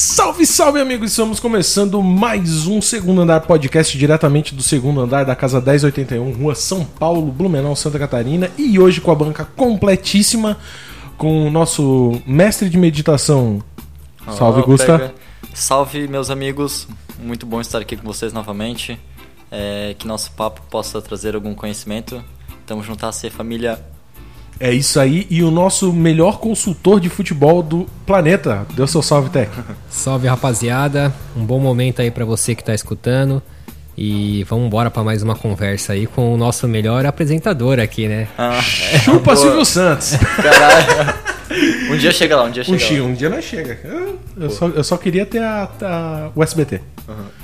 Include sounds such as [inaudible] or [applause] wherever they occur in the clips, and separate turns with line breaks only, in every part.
Salve, amigos! Estamos começando mais um Segundo Andar Podcast, diretamente do segundo andar da Casa 1081, Rua São Paulo, Blumenau, Santa Catarina. E hoje com a banca completíssima, com o nosso mestre de meditação. Salve,
Olá,
Gusta.
Pega. Salve, meus amigos. Muito bom estar aqui com vocês novamente. É, que nosso papo possa trazer algum conhecimento. Tamo junto a ser família.
É isso aí. E o nosso melhor consultor de futebol do planeta. Deu seu salve, [laughs] Tec.
Salve rapaziada, um bom momento aí pra você que tá escutando e vamos embora pra mais uma conversa aí com o nosso melhor apresentador aqui, né?
Ah,
Chupa Silvio [laughs] Santos.
caralho. um dia chega lá, um dia
[laughs] Um
chega
dia,
lá.
um dia nós chega. Eu- Eu só, eu só queria ter a- a- o SBT.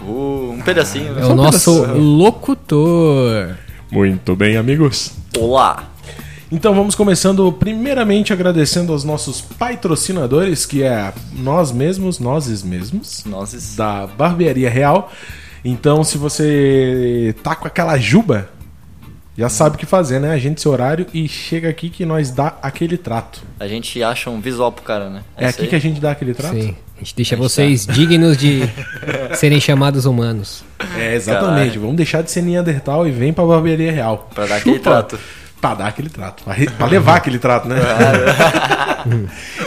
Uh, um pedacinho.
Ah,
É o nosso locutor.
Muito bem, amigos.
Olá.
Então vamos começando primeiramente agradecendo aos nossos patrocinadores, que é nós mesmos, nós mesmos,
Nós.
da Barbearia Real. Então se você tá com aquela juba, já sabe o que fazer, né? Agende seu horário e chega aqui que nós dá aquele trato.
A gente acha um visual pro cara, né?
É,
isso
aqui
aí?
que a gente dá aquele trato?
Sim, a gente deixa vocês
tá. [laughs]
dignos de serem chamados humanos.
É, exatamente.
Caralho.
Vamos deixar de ser Neandertal e vem pra Barbearia Real.
Pra dar aquele trato.
Pra dar aquele trato. Pra, re- pra levar aquele trato, né?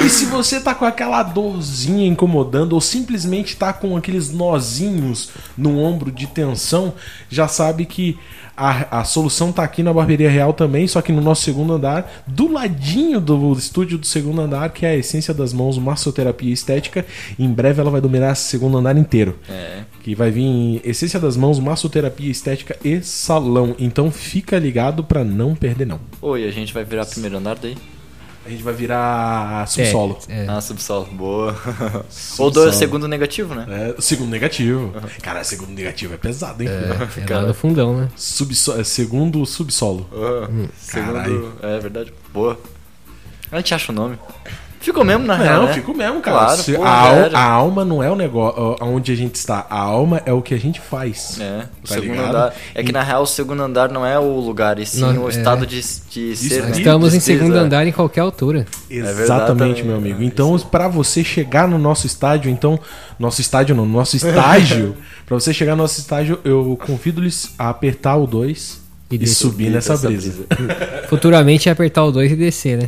e se você tá com aquela dorzinha incomodando ou simplesmente tá com aqueles nozinhos no ombro de tensão, já sabe que a, a solução tá aqui na Barbearia Real também, só que no nosso segundo andar, do ladinho do estúdio do segundo andar, que é a Essência das Mãos, Massoterapia Estética. Em breve ela vai dominar esse segundo andar inteiro.
É.
Que vai vir em essência das mãos, massoterapia estética e salão. Então fica ligado pra não perder não.
Oi, a gente vai virar primeiro andar daí.
A gente vai virar subsolo.
É, é.
Ah, subsolo.
[laughs]
Boa. Ou dois, segundo negativo, né?
É, o segundo negativo. Cara, segundo negativo é pesado, hein?
É lá no fundão, né?
Subso- é, segundo subsolo.
Ah, segundo.
Hum, caralho.
É verdade. Boa. A gente acha o nome. Ficou mesmo, na real.
Não,
né?
fico mesmo, cara.
Claro,
Se-
pô,
a, al-
velho.
a alma não é o negócio onde a gente está. A alma é o que a gente faz.
É, o
Tá
segundo
ligado?
andar. É que na real o segundo andar não é o lugar, e sim
Não,
o
é.
estado de, de ser. né?
Estamos em
De ser,
segundo
é.
andar em qualquer altura.
verdade
Exatamente,
também,
meu
cara,
amigo.
isso
Então, pra você chegar no nosso estádio, então, nosso estádio não, nosso estágio, Pra você chegar no nosso estágio, eu convido-lhes a apertar o 2 e,
E descer.
subir nessa
Essa
brisa.
Futuramente é apertar o 2 e descer, né?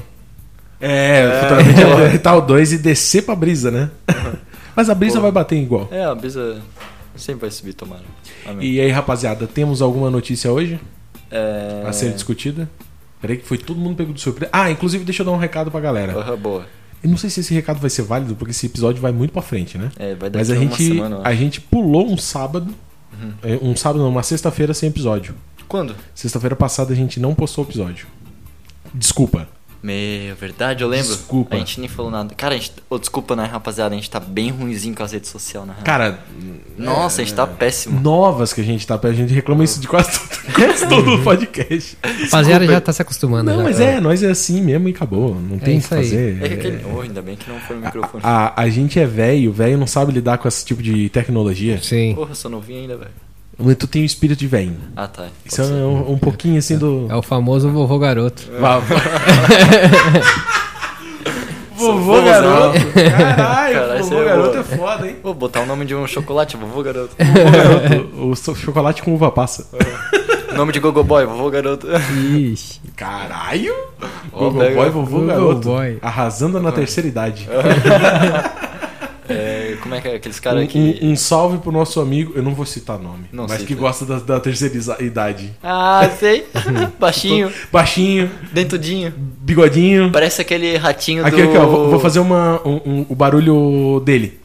É, futuramente eu vou apertar o 2 e descer pra brisa, né? Mas a brisa vai bater igual.
É, a brisa sempre vai subir, tomara. Amém.
E aí, rapaziada, temos alguma notícia hoje
É...
a ser discutida? Peraí que foi todo mundo pego de surpresa. Ah, inclusive deixa eu dar um recado pra galera.
Porra, boa.
Eu não sei se esse recado vai ser válido, porque esse episódio vai muito pra frente, né?
É, vai daqui
Mas a
a uma
gente,
semana. eu
a
acho. Uhum.
gente pulou um sábado. É, Um sábado não, uma sexta-feira sem episódio.
Quando?
Sexta-feira passada a gente não postou episódio. Desculpa.
Meu, verdade, eu lembro.
Desculpa.
A gente nem falou nada. Cara, a gente. Ô, desculpa, né, rapaziada? A gente tá bem ruimzinho com as redes sociais, na real.
Cara,
Nossa, a gente tá
É.
péssimo.
novas que a gente tá perto, a gente reclama isso de quase
[laughs]
todo, quase todo podcast.
Rapaziada já tá se
né?
acostumando.
Não,
já.
mas é, nós é assim mesmo e acabou. Não tem o que
isso aí.
fazer.
É que aquele. Oh, ainda bem que não
Ah,
foi o microfone.
A, a gente é velho, o velho não sabe lidar com esse tipo de tecnologia.
Sim.
Porra, eu sou novinho ainda, velho.
Mas tu tem o espírito de velho.
Ah, tá. Pode
Isso é
ser.
um, um pouquinho assim do.
É o famoso vovô garoto.
Vá- Vovô
Vovô
garoto.
garoto.
Caralho,
Caralho, isso
vovô
é
garoto
boa.
é foda, hein?
Vou botar o nome de um chocolate, vovô
[laughs]
garoto.
Vovô garoto. O so- chocolate com uva passa.
nome de Gogoboy, vovô garoto.
Ixi.
Caralho!
Ó,
Google
pega-
Boy, vovô
Google
garoto.
Boy.
Arrasando na terceira idade.
É, como é que é aqueles
Um,
caras que.
um- um salve pro nosso amigo, eu não vou citar nome,
Não
mas
cita.
que gosta da, da terceira isa- idade.
Ah, sei.
Hum.
[laughs] Baixinho,
Baixinho,
dentudinho.
bigodinho.
Parece aquele ratinho
Aqui,
do.
aqui, ó, vou, vou fazer uma, um- um- o barulho dele.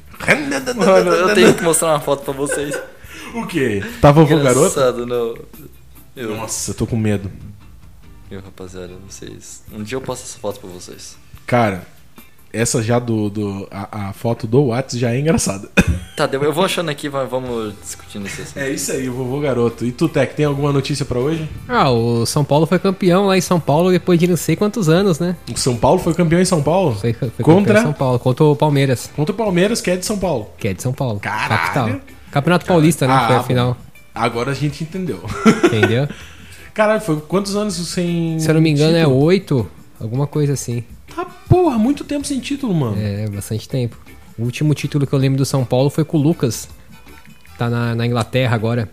Mano, eu tenho que mostrar uma foto pra vocês.
O quê? Tá vovô garoto?
Engraçado, não. Eu,
Nossa, eu tô com medo.
eu, rapaziada, vocês. Um dia eu posto essa foto pra vocês.
Cara, essa já do. do a, a foto do Whats já é engraçada.
Tá, deu- eu vou achando aqui, vai- vamos discutindo isso assim.
É isso aí, vovô garoto. E tu, Tec, tem alguma notícia pra hoje?
Ah, o São Paulo foi campeão lá em São Paulo depois de não sei quantos anos, né?
O São Paulo foi campeão em São Paulo?
Foi, foi campeão
Contra?
de São Paulo, contra o Palmeiras,
Contra o Palmeiras, que é de São Paulo.
que é de São Paulo.
Caralho.
Capital. Campeonato Paulista, né?
Ah,
foi a
bom.
final.
Agora a gente entendeu. [laughs]
Entendeu?
Caralho, foi quantos anos sem.
Se eu não me engano, é
título?
oito, alguma coisa assim.
Tá, porra, muito tempo sem título, mano.
É, bastante tempo. O último título que eu lembro do São Paulo foi com o Lucas. Tá na, na Inglaterra agora.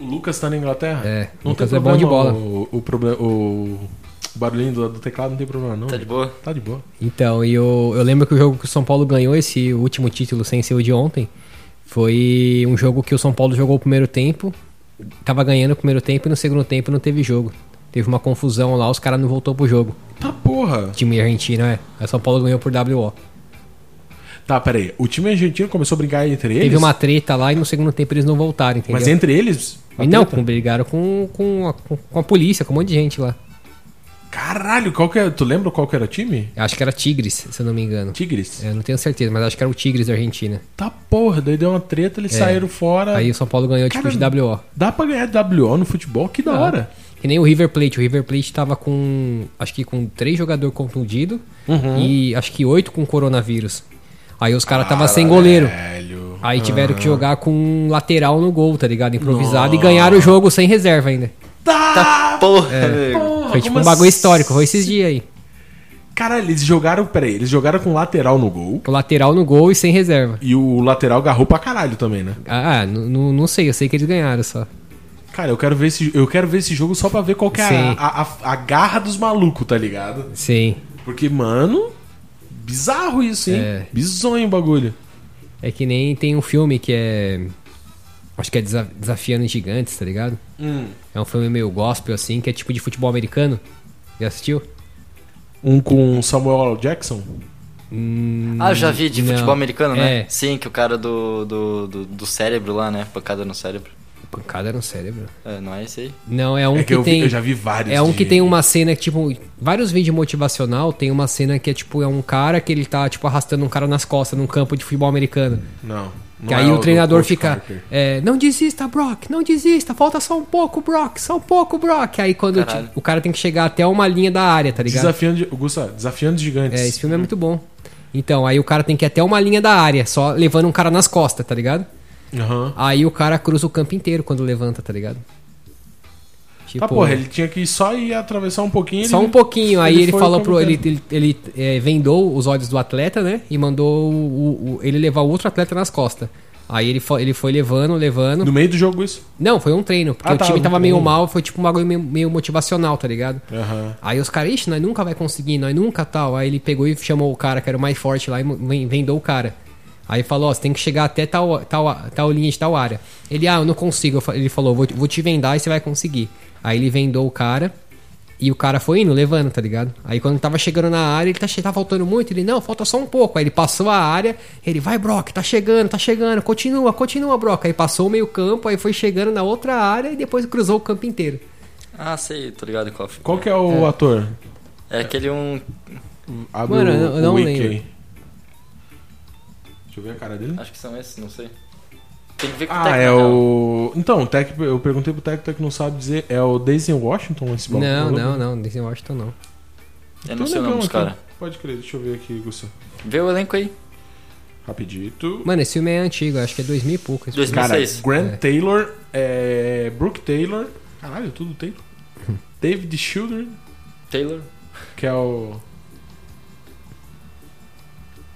O Lucas tá na Inglaterra?
É,
Não
Lucas
tem
é bom
problema
de bola.
O, o, proble- o- o barulhinho do, do teclado não tem problema, não.
Tá de boa?
Tá de boa.
Então, e eu, eu lembro que o jogo que o São Paulo ganhou, esse último título sem ser o de ontem, foi um jogo que o São Paulo jogou o primeiro tempo, tava ganhando o primeiro tempo e no segundo tempo não teve jogo. Teve uma confusão lá, os caras não voltou pro jogo.
Tá porra.
O time argentino, é. Aí o São Paulo ganhou por WO.
Tá, peraí. O time argentino começou a brigar entre eles?
Teve uma treta lá e no segundo tempo eles não voltaram, entendeu?
Mas entre eles? a
E não,
treta?
com- brigaram com, com, a, com- com a polícia, com um monte de gente lá.
Caralho, qual que era? Tu lembra qual que era o time?
Eu acho que era Tigres, se eu não me engano.
Tigres?
Eu não tenho certeza, mas acho que era o Tigres da Argentina.
Tá porra, daí deu uma treta, eles saíram fora.
É, Aí o São Paulo ganhou tipo
Cara,
de WO.
Dá pra ganhar WO no futebol? Que da
Ah.
hora.
Que nem o River Plate. O River Plate tava com. Acho que com três jogadores contundidos e acho que oito com coronavírus. Aí os caras tava sem goleiro.
Velho.
Aí tiveram que jogar com um lateral no gol, tá ligado? Improvisado e ganharam o jogo sem reserva ainda.
Tá!
Porra, amigo.
porra,
Foi tipo
como
um bagulho
assim?
histórico, foi esses dias aí.
Caralho, eles jogaram, peraí, eles jogaram com lateral no gol.
Com lateral no gol e sem reserva.
E o lateral agarrou pra caralho também, né?
Ah, n- n- não sei, eu sei que eles ganharam só.
Cara, eu quero ver esse, eu quero ver esse jogo só pra ver qual que é a,
Sim.
a, a- a garra dos malucos, tá ligado?
Sim.
Porque, mano, bizarro isso, hein?
É.
Bizonho o bagulho.
É que nem tem um filme que é. Acho que é Desa- Desafiando os Gigantes, tá ligado?
Hum.
É um filme meio gospel, assim, que é tipo de futebol americano. Já assistiu?
Um com Samuel L. Jackson.
Ah, eu já vi de
Não.
futebol americano, né?
É.
Sim, que o cara do, do, do, do cérebro lá, né? Pancada no cérebro.
Pancada no cérebro.
É, não é esse aí?
Não, é um
é que,
que,
eu, vi-
tem.
eu já vi vários.
É um
de-
que tem uma cena que, tipo, vários vídeos motivacional tem uma cena que é tipo, é um cara que ele tá, tipo, arrastando um cara nas costas num campo de futebol americano.
Não. não
Que
é
aí o
do
treinador
Coach
fica,
Parker.
é, não desista, Brock, não desista, falta só um pouco, Brock, só um pouco, Brock. Aí quando
Caralho.
ti- o cara tem que chegar até uma linha da área, tá ligado?
Desafiando, de- Gustavo, desafiando os gigantes.
É, esse filme é muito bom. Então, aí o cara tem que ir até uma linha da área, só levando um cara nas costas, tá ligado?
Aham.
Aí o cara cruza o campo inteiro quando levanta, tá ligado? Tipo,
Tá, porra, ele tinha que só ir atravessar um pouquinho.
só
ele-
um pouquinho. Aí ele,
foi
falou
como
pro. Ele,
que-
ele, ele, é, vendou os olhos do atleta, né? E mandou o- o- ele levar o outro atleta nas costas. Aí ele foi, ele foi levando, levando.
No meio do jogo, isso.
Não, foi um treino, porque
Ah,
o
tá,
time
um
tava meio
treino.
mal, foi tipo um bagulho meio, meio motivacional, tá ligado?
Aham.
Aí os caras, ixi, nós nunca vai conseguir, nós nunca tal. Aí ele pegou e chamou o cara que era o mais forte lá e mo- ven- vendou o cara. Aí falou, ó, você tem que chegar até tal, tal, tal linha de tal área. Ele, ah, eu não consigo. Eu fa- Ele falou, vou, te- vou te vendar e você vai conseguir. Aí ele vendou o cara e o cara foi indo, levando, tá ligado? Aí quando tava chegando na área, ele tá, che- tá faltando muito. Ele, não, falta só um pouco. Aí ele passou a área, ele, vai, Brock, tá chegando, tá chegando, continua, continua, Brock. Aí passou o meio campo, aí foi chegando na outra área e depois cruzou o campo inteiro.
Ah, sei, tô ligado qual filme.
Qual que é o ator?
É aquele um.
Abre
Mano,
o,
eu não- eu
o
não
wiki
lembro.
aí. Deixa eu ver a cara dele.
Acho que são esses, não sei. Tem que ver com o
Ah,
técnico.
é
dela.
o. Então, o Tec, eu perguntei pro Tec, o Tec não sabe dizer. É o Daisy Washington esse maluco?
Não, não, não, Denzel Washington não.
Eu
Tem um
não sei o
negão
nome dos
aqui.
caras.
Pode crer, deixa eu ver aqui, Gustavo.
Vê o elenco aí.
Rapidito.
Mano, esse filme é antigo, acho que é 2000 e pouco. esse filme.
2000.
Cara,
2006.
Grant Taylor, é, Brooke Taylor. Caralho, tudo Taylor. [laughs] David Children,
Taylor.
que é o.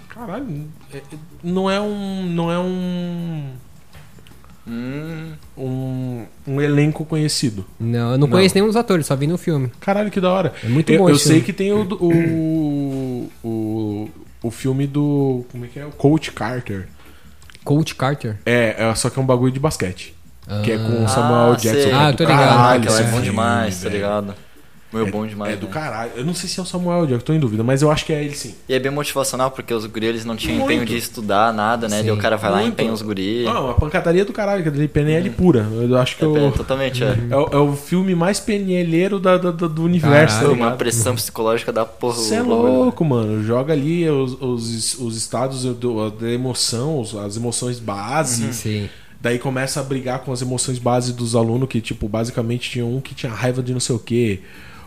Caralho, é- é- não é um. Não é um.
Hum.
Um, um elenco conhecido.
Não, eu não,
Não.
conheço nenhum dos atores, só vi no filme.
Caralho, que da hora.
É muito
eu
bom
eu
esse
sei
filme.
que tem o, do- o, o, o filme do. Como é que é? O Coach Carter.
Coach Carter.
É, é, só que é um bagulho de basquete. Que é com o
Ah,
Samuel
Ah,
Jackson.
sei.
que é
Ah,
do
tô ligado.
caralho
Aquela
esse
é bom
filme,
demais, tá
velho.
ligado? Meu,
É-
bom demais.
É do
né?
caralho. Eu não sei se é o Samuel Jackson, tô em dúvida, mas eu acho que é ele sim.
E é bem motivacional porque os guri eles não tinham
Muito.
empenho de estudar nada, né?
Sim.
Daí o cara vai lá e
Muito.
empenha os guri.
Ah, uma pancadaria do caralho, que é de PNL pura. Eu acho que
é,
eu-
é, totalmente, é.
é, o, é o filme mais PNLeiro da, da- da- do universo.
Caralho,
tá
Foi
ligado?
uma pressão psicológica da porra.
Você é
o bagulho.
louco, mano. Joga ali os, os, os estados do- da emoção, os- as emoções base.
Sim.
Daí começa a brigar com as emoções base dos alunos, que, tipo, basicamente tinha um que tinha raiva de não sei o quê.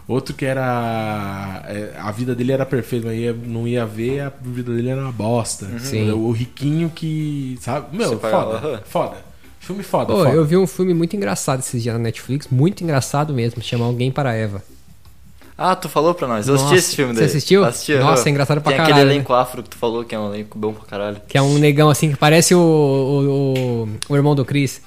Outro que era. é, A vida dele era perfeita, mas ia- não ia ver, a vida dele era uma bosta.
Sim.
O riquinho que. Sabe? Meu,
Se pagava.
foda. Foda. Filme foda,
Pô,
foda.
eu vi um filme muito engraçado esses dias na Netflix, muito engraçado mesmo, chama Alguém para a Eva.
Ah, tu falou pra nós. Eu
Nossa,
assisti esse filme
você
dele.
assistiu?
Assisti,
Nossa,
aham.
é engraçado pra
Tem
caralho,
aquele elenco afro que tu falou, que é um elenco bom pra
[laughs]
caralho.
Que é um negão assim que parece o, o, o- o irmão do Chris.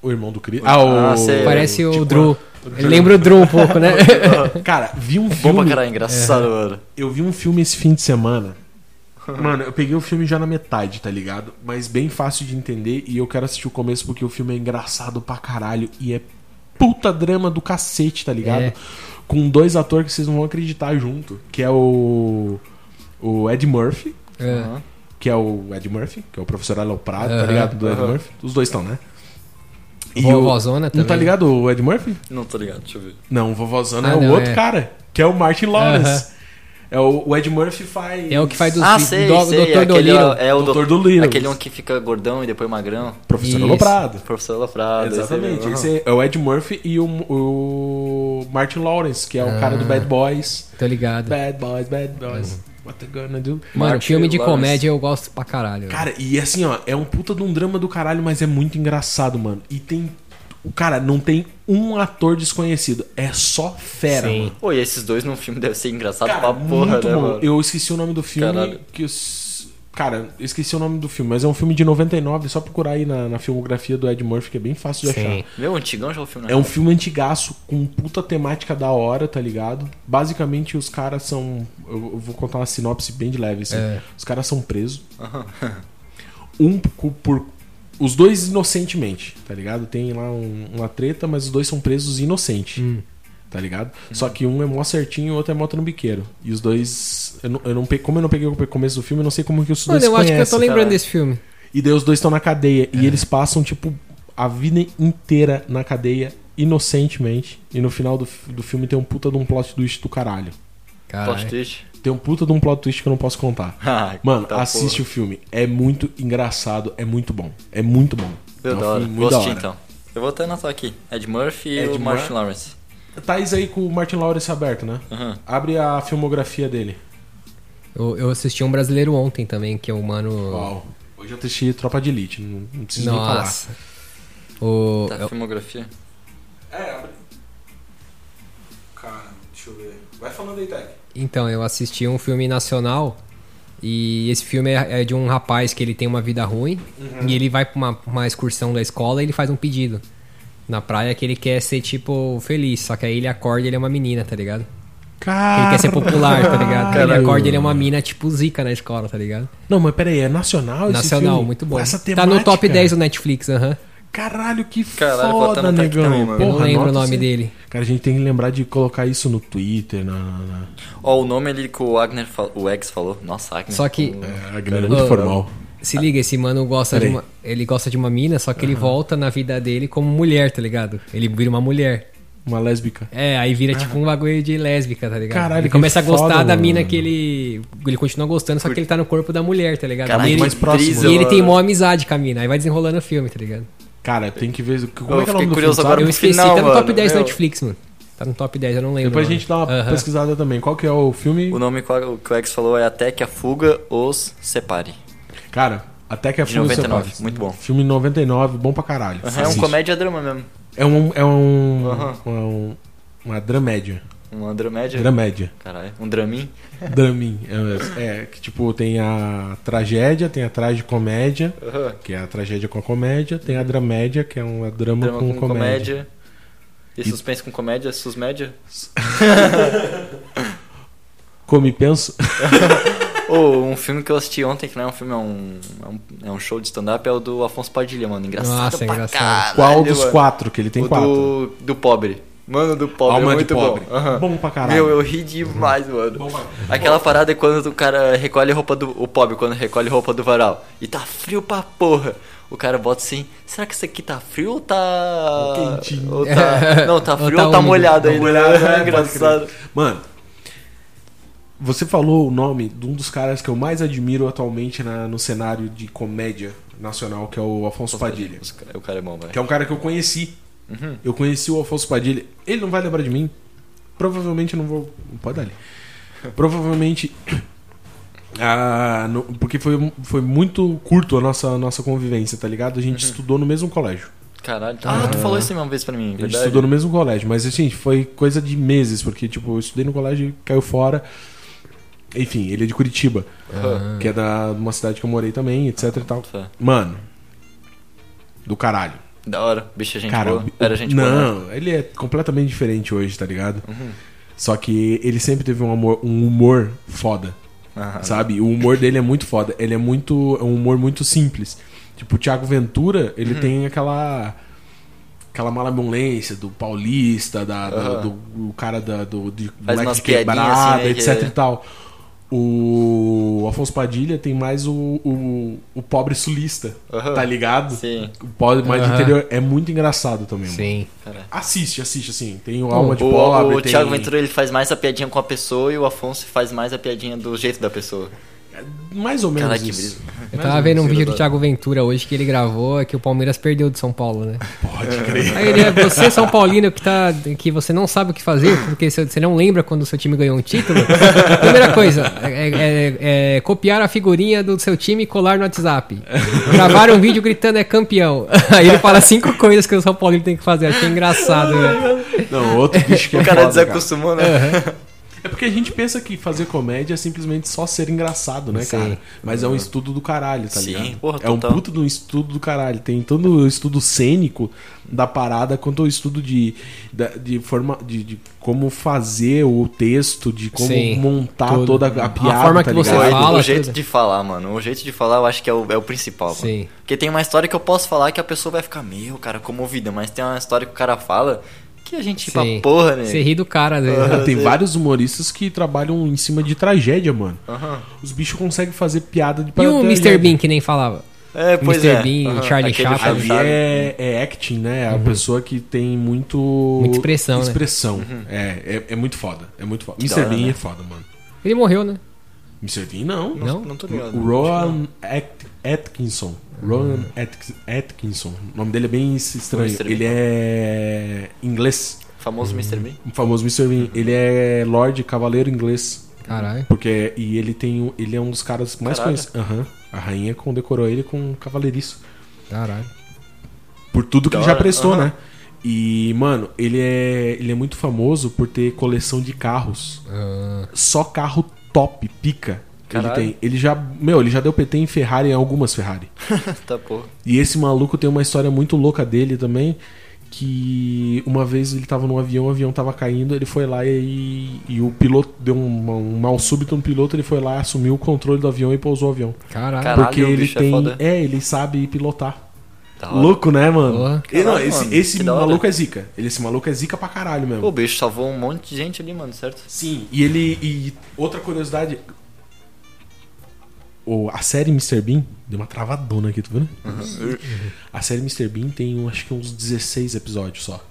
O irmão do Chris. Ah, o.
Ah, sei. É,
parece o
tipo,
Drew. Ele lembra o Drew um pouco, né?
[laughs]
Cara, vi um
Bom pra
filme.
caralho, engraçado,
É.
mano.
Eu vi um filme esse fim de semana. Mano, eu peguei o filme já na metade, tá ligado? Mas bem fácil de entender e eu quero assistir o começo porque o filme é engraçado pra caralho e é puta drama do cacete, tá ligado?
É.
Com dois atores que vocês não vão acreditar junto, que é o o Ed Murphy,
É.
Aham.
que é o Ed Murphy, que é o professor Aloprado, tá
Aham.
ligado? Do Ed
Aham.
Murphy. Os dois estão, né?
Vovózona
Não tá
também.
ligado o Ed Murphy?
Não tô ligado, deixa eu ver.
Não, o Vovózona
Ah,
é o
não,
outro
é.
cara, que é o Martin Lawrence. É o, o Ed Murphy faz
É o que faz dos
Ah,
vi-
sei,
do,
sei.
Dr.
aquele,
Dolittle.
é o
Doutor
Doutor
do Little.
Aquele um que fica gordão e depois magrão.
Professor
Isso.
Aloprado.
Professor Lafrado.
Exatamente. Esse é o Ed Murphy e o, o Martin Lawrence, que é o
Ah.
cara do Bad Boys.
Tô ligado.
Bad Boys, Bad Boys. What you gonna do?
Mano,
Martin
filme de
Lawrence.
comédia eu gosto pra caralho.
Cara, e assim, ó, é um puta de um drama do caralho, mas é muito engraçado, mano. E tem. o Cara, não tem um ator desconhecido. É só fera,
Sim.
mano.
Pô, e esses dois num filme deve ser engraçado
é- Cara,
pra porra,
muito
né,
bom.
mano?
Eu esqueci o nome do filme.
Caralho.
Que os... Cara, eu esqueci o nome do filme, mas é um filme de 99. É só procurar aí na, na filmografia do Ed Murphy, que é bem fácil de
Sim.
achar.
Meu, antigão já é o filme, né?
É um filme antigaço, com puta temática da hora, tá ligado? Basicamente, os caras são. Eu eu vou contar uma sinopse bem de leve, assim.
É.
Os caras são presos. [laughs] Um por, por- Os dois inocentemente, tá ligado? Tem lá um- uma treta, mas os dois são presos inocentes.
Hum.
Tá ligado? Só que um é mó certinho e o outro é mó trambiqueiro. E os dois. Eu não, eu não pe- Como eu não peguei o começo do filme, eu não sei como que os dois
Mano,
se
eu acho que eu tô
conhecem.
lembrando
caralho.
desse filme.
E daí os dois estão na cadeia. E eles passam, tipo, a vida inteira na cadeia, inocentemente. E no final do, fi- do filme tem um puta de um plot twist do caralho.
Plot
[laughs]
Caralho.
twist.
Tem um puta de um plot twist que eu não posso contar.
Ah,
Mano,
tá
assiste o filme. É muito engraçado, é muito bom. É muito bom.
porra.
É um
Meu da hora.
filme
Vou
muito da
assistir
hora.
então. Eu vou até anotar aqui. Ed Murphy e
Ed
o Martin
Mur-
Lawrence.
Tais aí com o Martin Lawrence aberto, né?
Aham.
Abre a filmografia dele.
Eu, eu assisti um brasileiro ontem também, que é o mano.
Uau. Hoje eu assisti Tropa de Elite, não, não preciso
Nossa. é O,
Tá,
eu-
filmografia.
nem falar. É, abre. Cara, deixa eu ver. Vai falando aí, Tech.
então, eu assisti um filme nacional. E esse filme é é de um rapaz que ele tem uma vida ruim.
Uhum.
E ele vai pra uma, uma excursão da escola e ele faz um pedido. Na praia que ele quer ser, tipo, feliz. Só que aí ele acorda e ele é uma menina, tá ligado? Que Ele quer ser popular, tá ligado? Ele
Caralho.
acorda e ele é uma mina, tipo, zica na escola, tá ligado?
Não, mas peraí, é nacional esse
Nacional,
filme?
muito
Com
bom.
Essa
Tá
temática?
no top 10 do Netflix, aham.
Caralho, que
Caralho,
foda,
botando tá aqui
negão.
também, mano.
Eu não
Porra,
lembro o
anota
nome
isso aí.
dele.
Cara, a gente tem que lembrar de colocar isso no Twitter, na... na- na-
Ó, o nome ali que o Agner falou. O Ex falou. Nossa, Agner.
Só que-
O-
É, a galera é muito
Ah,
formal.
Se liga, esse mano gosta de
Peraí.
uma, ele gosta de uma mina, só que ele volta na vida dele como mulher, tá ligado? Ele vira uma mulher.
Uma lésbica.
É, aí vira tipo um bagulho de lésbica, tá ligado?
Caralho,
ele
que
começa a
foda,
gostar da
mano.
mina que ele ele continua gostando, só que ele tá no corpo da mulher, tá ligado?
Caralho,
e ele,
mais próximo.
brisa,
e ele tem
mano.
mó amizade com a mina, aí vai desenrolando o filme, tá ligado?
Cara, tem que ver... Como
Eu
é que é o nome
fiquei
do filme,
curioso
sabe?
agora.
Eu
no
esqueci,
final,
tá no top
mano,
10 do
meu.
Netflix, mano. Tá no top 10, eu não lembro.
Depois a
mano.
gente dá uma
Aham.
pesquisada também. Qual que é o filme?
O nome que o que o Ex falou é Até que a Fuga os Separe.
Cara, até que é
De
filme
99,
separa.
muito bom.
Filme 99, bom pra caralho.
Aham, É um
Assiste.
comédia-drama mesmo.
É um... É um...
Aham. É.
é um- uma dramédia.
Uma dramédia.
Dramédia.
Caralho, um dramin.
Dramin. É, é, que tipo, tem a tragédia, tem a tragicomédia.
Aham.
Que é a tragédia com a comédia, tem a dramédia, que é uma drama,
Drama
com,
com
comédia.
comédia. E suspense com comédia, susmédia.
Come e
[laughs]
penso.
Ou um filme que eu assisti ontem, que não é um filme, é um, é um, é um show de stand-up, é o do Afonso Padilha, mano. Engraçado
Nossa,
pra
engraçado.
caralho,
Qual dos
mano.
quatro? Que ele tem
o
quatro.
Do, do pobre. Mano, do pobre,
Alma
é
de
muito
pobre.
bom. Aham.
Bom pra caralho.
Meu, eu ri demais, mano. Aquela parada é quando o cara recolhe roupa do. O pobre, quando recolhe roupa do varal. E tá frio pra porra. O cara bota assim: será que isso aqui tá frio ou tá.
Ou quentinho. [laughs]
Ou tá... Não, tá
Ou
frio
tá
ou tá
úmido.
molhado ainda.
Olhada, né?
[laughs] É engraçado.
Pode crer. Mano, você falou o nome de um dos caras que eu mais admiro atualmente na- no cenário de comédia nacional, que é o Afonso Padilha.
Os cara- O cara é bom, velho.
Que é um cara que eu conheci. Eu conheci o Afonso Padilha. Ele não vai lembrar de mim. Provavelmente eu não vou. Pode dar ali. Provavelmente. [coughs] Ah, no- porque foi, foi muito curto a nossa, nossa convivência, tá ligado? A gente estudou no mesmo colégio.
Caralho. Ah, tu falou isso uma vez pra mim,
A gente
verdade?
estudou no mesmo colégio, mas assim, foi coisa de meses, porque tipo, eu estudei no colégio e caiu fora. Enfim, ele é de Curitiba,
Ah.
que é da uma cidade que eu morei também, etc e tal.
Fé.
Mano, do caralho.
Da hora. Bicho, é gente
Cara,
boa.
o-
Era gente boa. Uhum. né?
Não, ele é completamente diferente hoje, tá ligado? Só que ele sempre teve um, amor- um humor foda.
Aham.
Sabe? O humor dele é muito foda. Ele é muito. É um humor muito simples. Tipo, o Thiago Ventura, ele
Uhum.
tem aquela. Aquela malamolência do paulista, da, da-
Aham.
do, do cara da, do de
Faz
moleque
umas
de
piadinhas
quebrada,
assim, né,
etc
que-
e tal. O Afonso Padilha tem mais o, o, o pobre sulista,
Aham.
tá ligado?
Sim.
O pobre mais do
Aham.
interior é muito engraçado também. mano.
Sim.
Caralho.
Assiste, assiste, assim. Tem o Alma de
O,
Pobre,
o
tem...
Thiago Ventura ele faz mais a piadinha com a pessoa e o Afonso faz mais a piadinha do jeito da pessoa.
Mais ou menos
Caralho, que
isso.
brisa.
Eu tava vendo um vídeo do Thiago Ventura hoje que ele gravou, é que o Palmeiras perdeu de São Paulo, né?
Pode crer.
Aí ele é você, São Paulino, que, tá, que você não sabe o que fazer, porque você você não lembra quando o seu time ganhou um título. Primeira coisa, é, é- é copiar a figurinha do seu time e colar no WhatsApp. Gravar um vídeo gritando é campeão. [laughs] Aí ele fala cinco coisas que o São Paulino tem que fazer. Achei engraçado, velho.
Não, outro bicho que é
[laughs] O cara
foda, cara.
desacostumou, né?
É porque a gente pensa que fazer comédia é simplesmente só ser engraçado, né,
Sim.
cara? Mas é um estudo do caralho, tá
Uhum. Sim,
ligado?
porra,
é um
total.
puto de um estudo do caralho. Tem tanto o estudo cênico da parada quanto o estudo de, da- de, forma, de, de como fazer o texto, de como
Sim.
montar
Tudo.
toda a
A
piada.
forma
tá
que
O
você
ligado?
jeito-
fala,
o jeito
tudo.
de falar, mano. O jeito de falar eu acho que é o, é o principal, mano.
Sim.
Porque tem uma história que eu posso falar que a pessoa vai ficar, meu, cara, comovida. Mas tem uma história que o cara fala que a gente, pra
Sim.
porra, né?
Você ri do cara,
Cara,
velho.
tem vários humoristas que trabalham em cima de tragédia, mano.
Ah.
Os bichos conseguem fazer piada de
E
tragédia.
o Mr. Bean, que nem falava.
É, pois
Mr.
é.
Bean,
Aham,
Charlie
aquele
Chaplin.
Ali
filme, sabe?
é, é acting, né? É a pessoa que tem muito.
Uhum. Muita expressão, né?
Expressão. É, é, é muito foda. É muito foda.
Uhum. da
Mr.
hora,
Bean
né?
é foda, mano.
Ele morreu, né?
Mr. Bean não.
Não?
tô
O Rowan At- Atkinson. Rowan Atk- Atkinson. O nome dele é bem estranho.
Mr. Uhum. Bean.
Ele é inglês.
Famoso Mr. Bean. [laughs]
O famoso Mr.
Uhum.
Bean. Ele é Lorde Cavaleiro Inglês.
Caralho.
Porque e ele tem um- ele é um dos caras mais
Caralho.
conhecidos. Aham. A rainha condecorou ele com um cavaleiriço.
Caralho.
Por tudo que
Da
ele já
hora.
prestou,
Aham.
né? E, mano, ele é, ele é muito famoso por ter coleção de carros.
Ah,
Só carro top, pica. que Ele
Caralho.
tem. Ele já. Meu, ele já deu PT em Ferrari, em algumas Ferrari.
tá porra.
E esse maluco tem uma história muito louca dele também. Que uma vez ele tava num avião, o avião tava caindo, ele foi lá e, e o piloto deu um, um mal súbito no piloto, ele foi lá, assumiu o controle do avião e pousou o avião.
Caralho.
Caralho,
porque
o
ele
bicho é
tem.
foda.
É, ele sabe pilotar.
Da hora.
Louco, né, mano?
Porra.
E não,
Caralho,
esse,
mano,
esse
que da hora.
maluco é zica. Ele, esse maluco é zica pra caralho mesmo.
O bicho salvou um monte de gente ali, mano, certo?
Sim, e ele. E outra curiosidade. o- a série Mr. Bean. Deu uma travadona aqui, tu vendo?
Uhum.
A série Mr. Bean tem acho que uns 16 episódios só.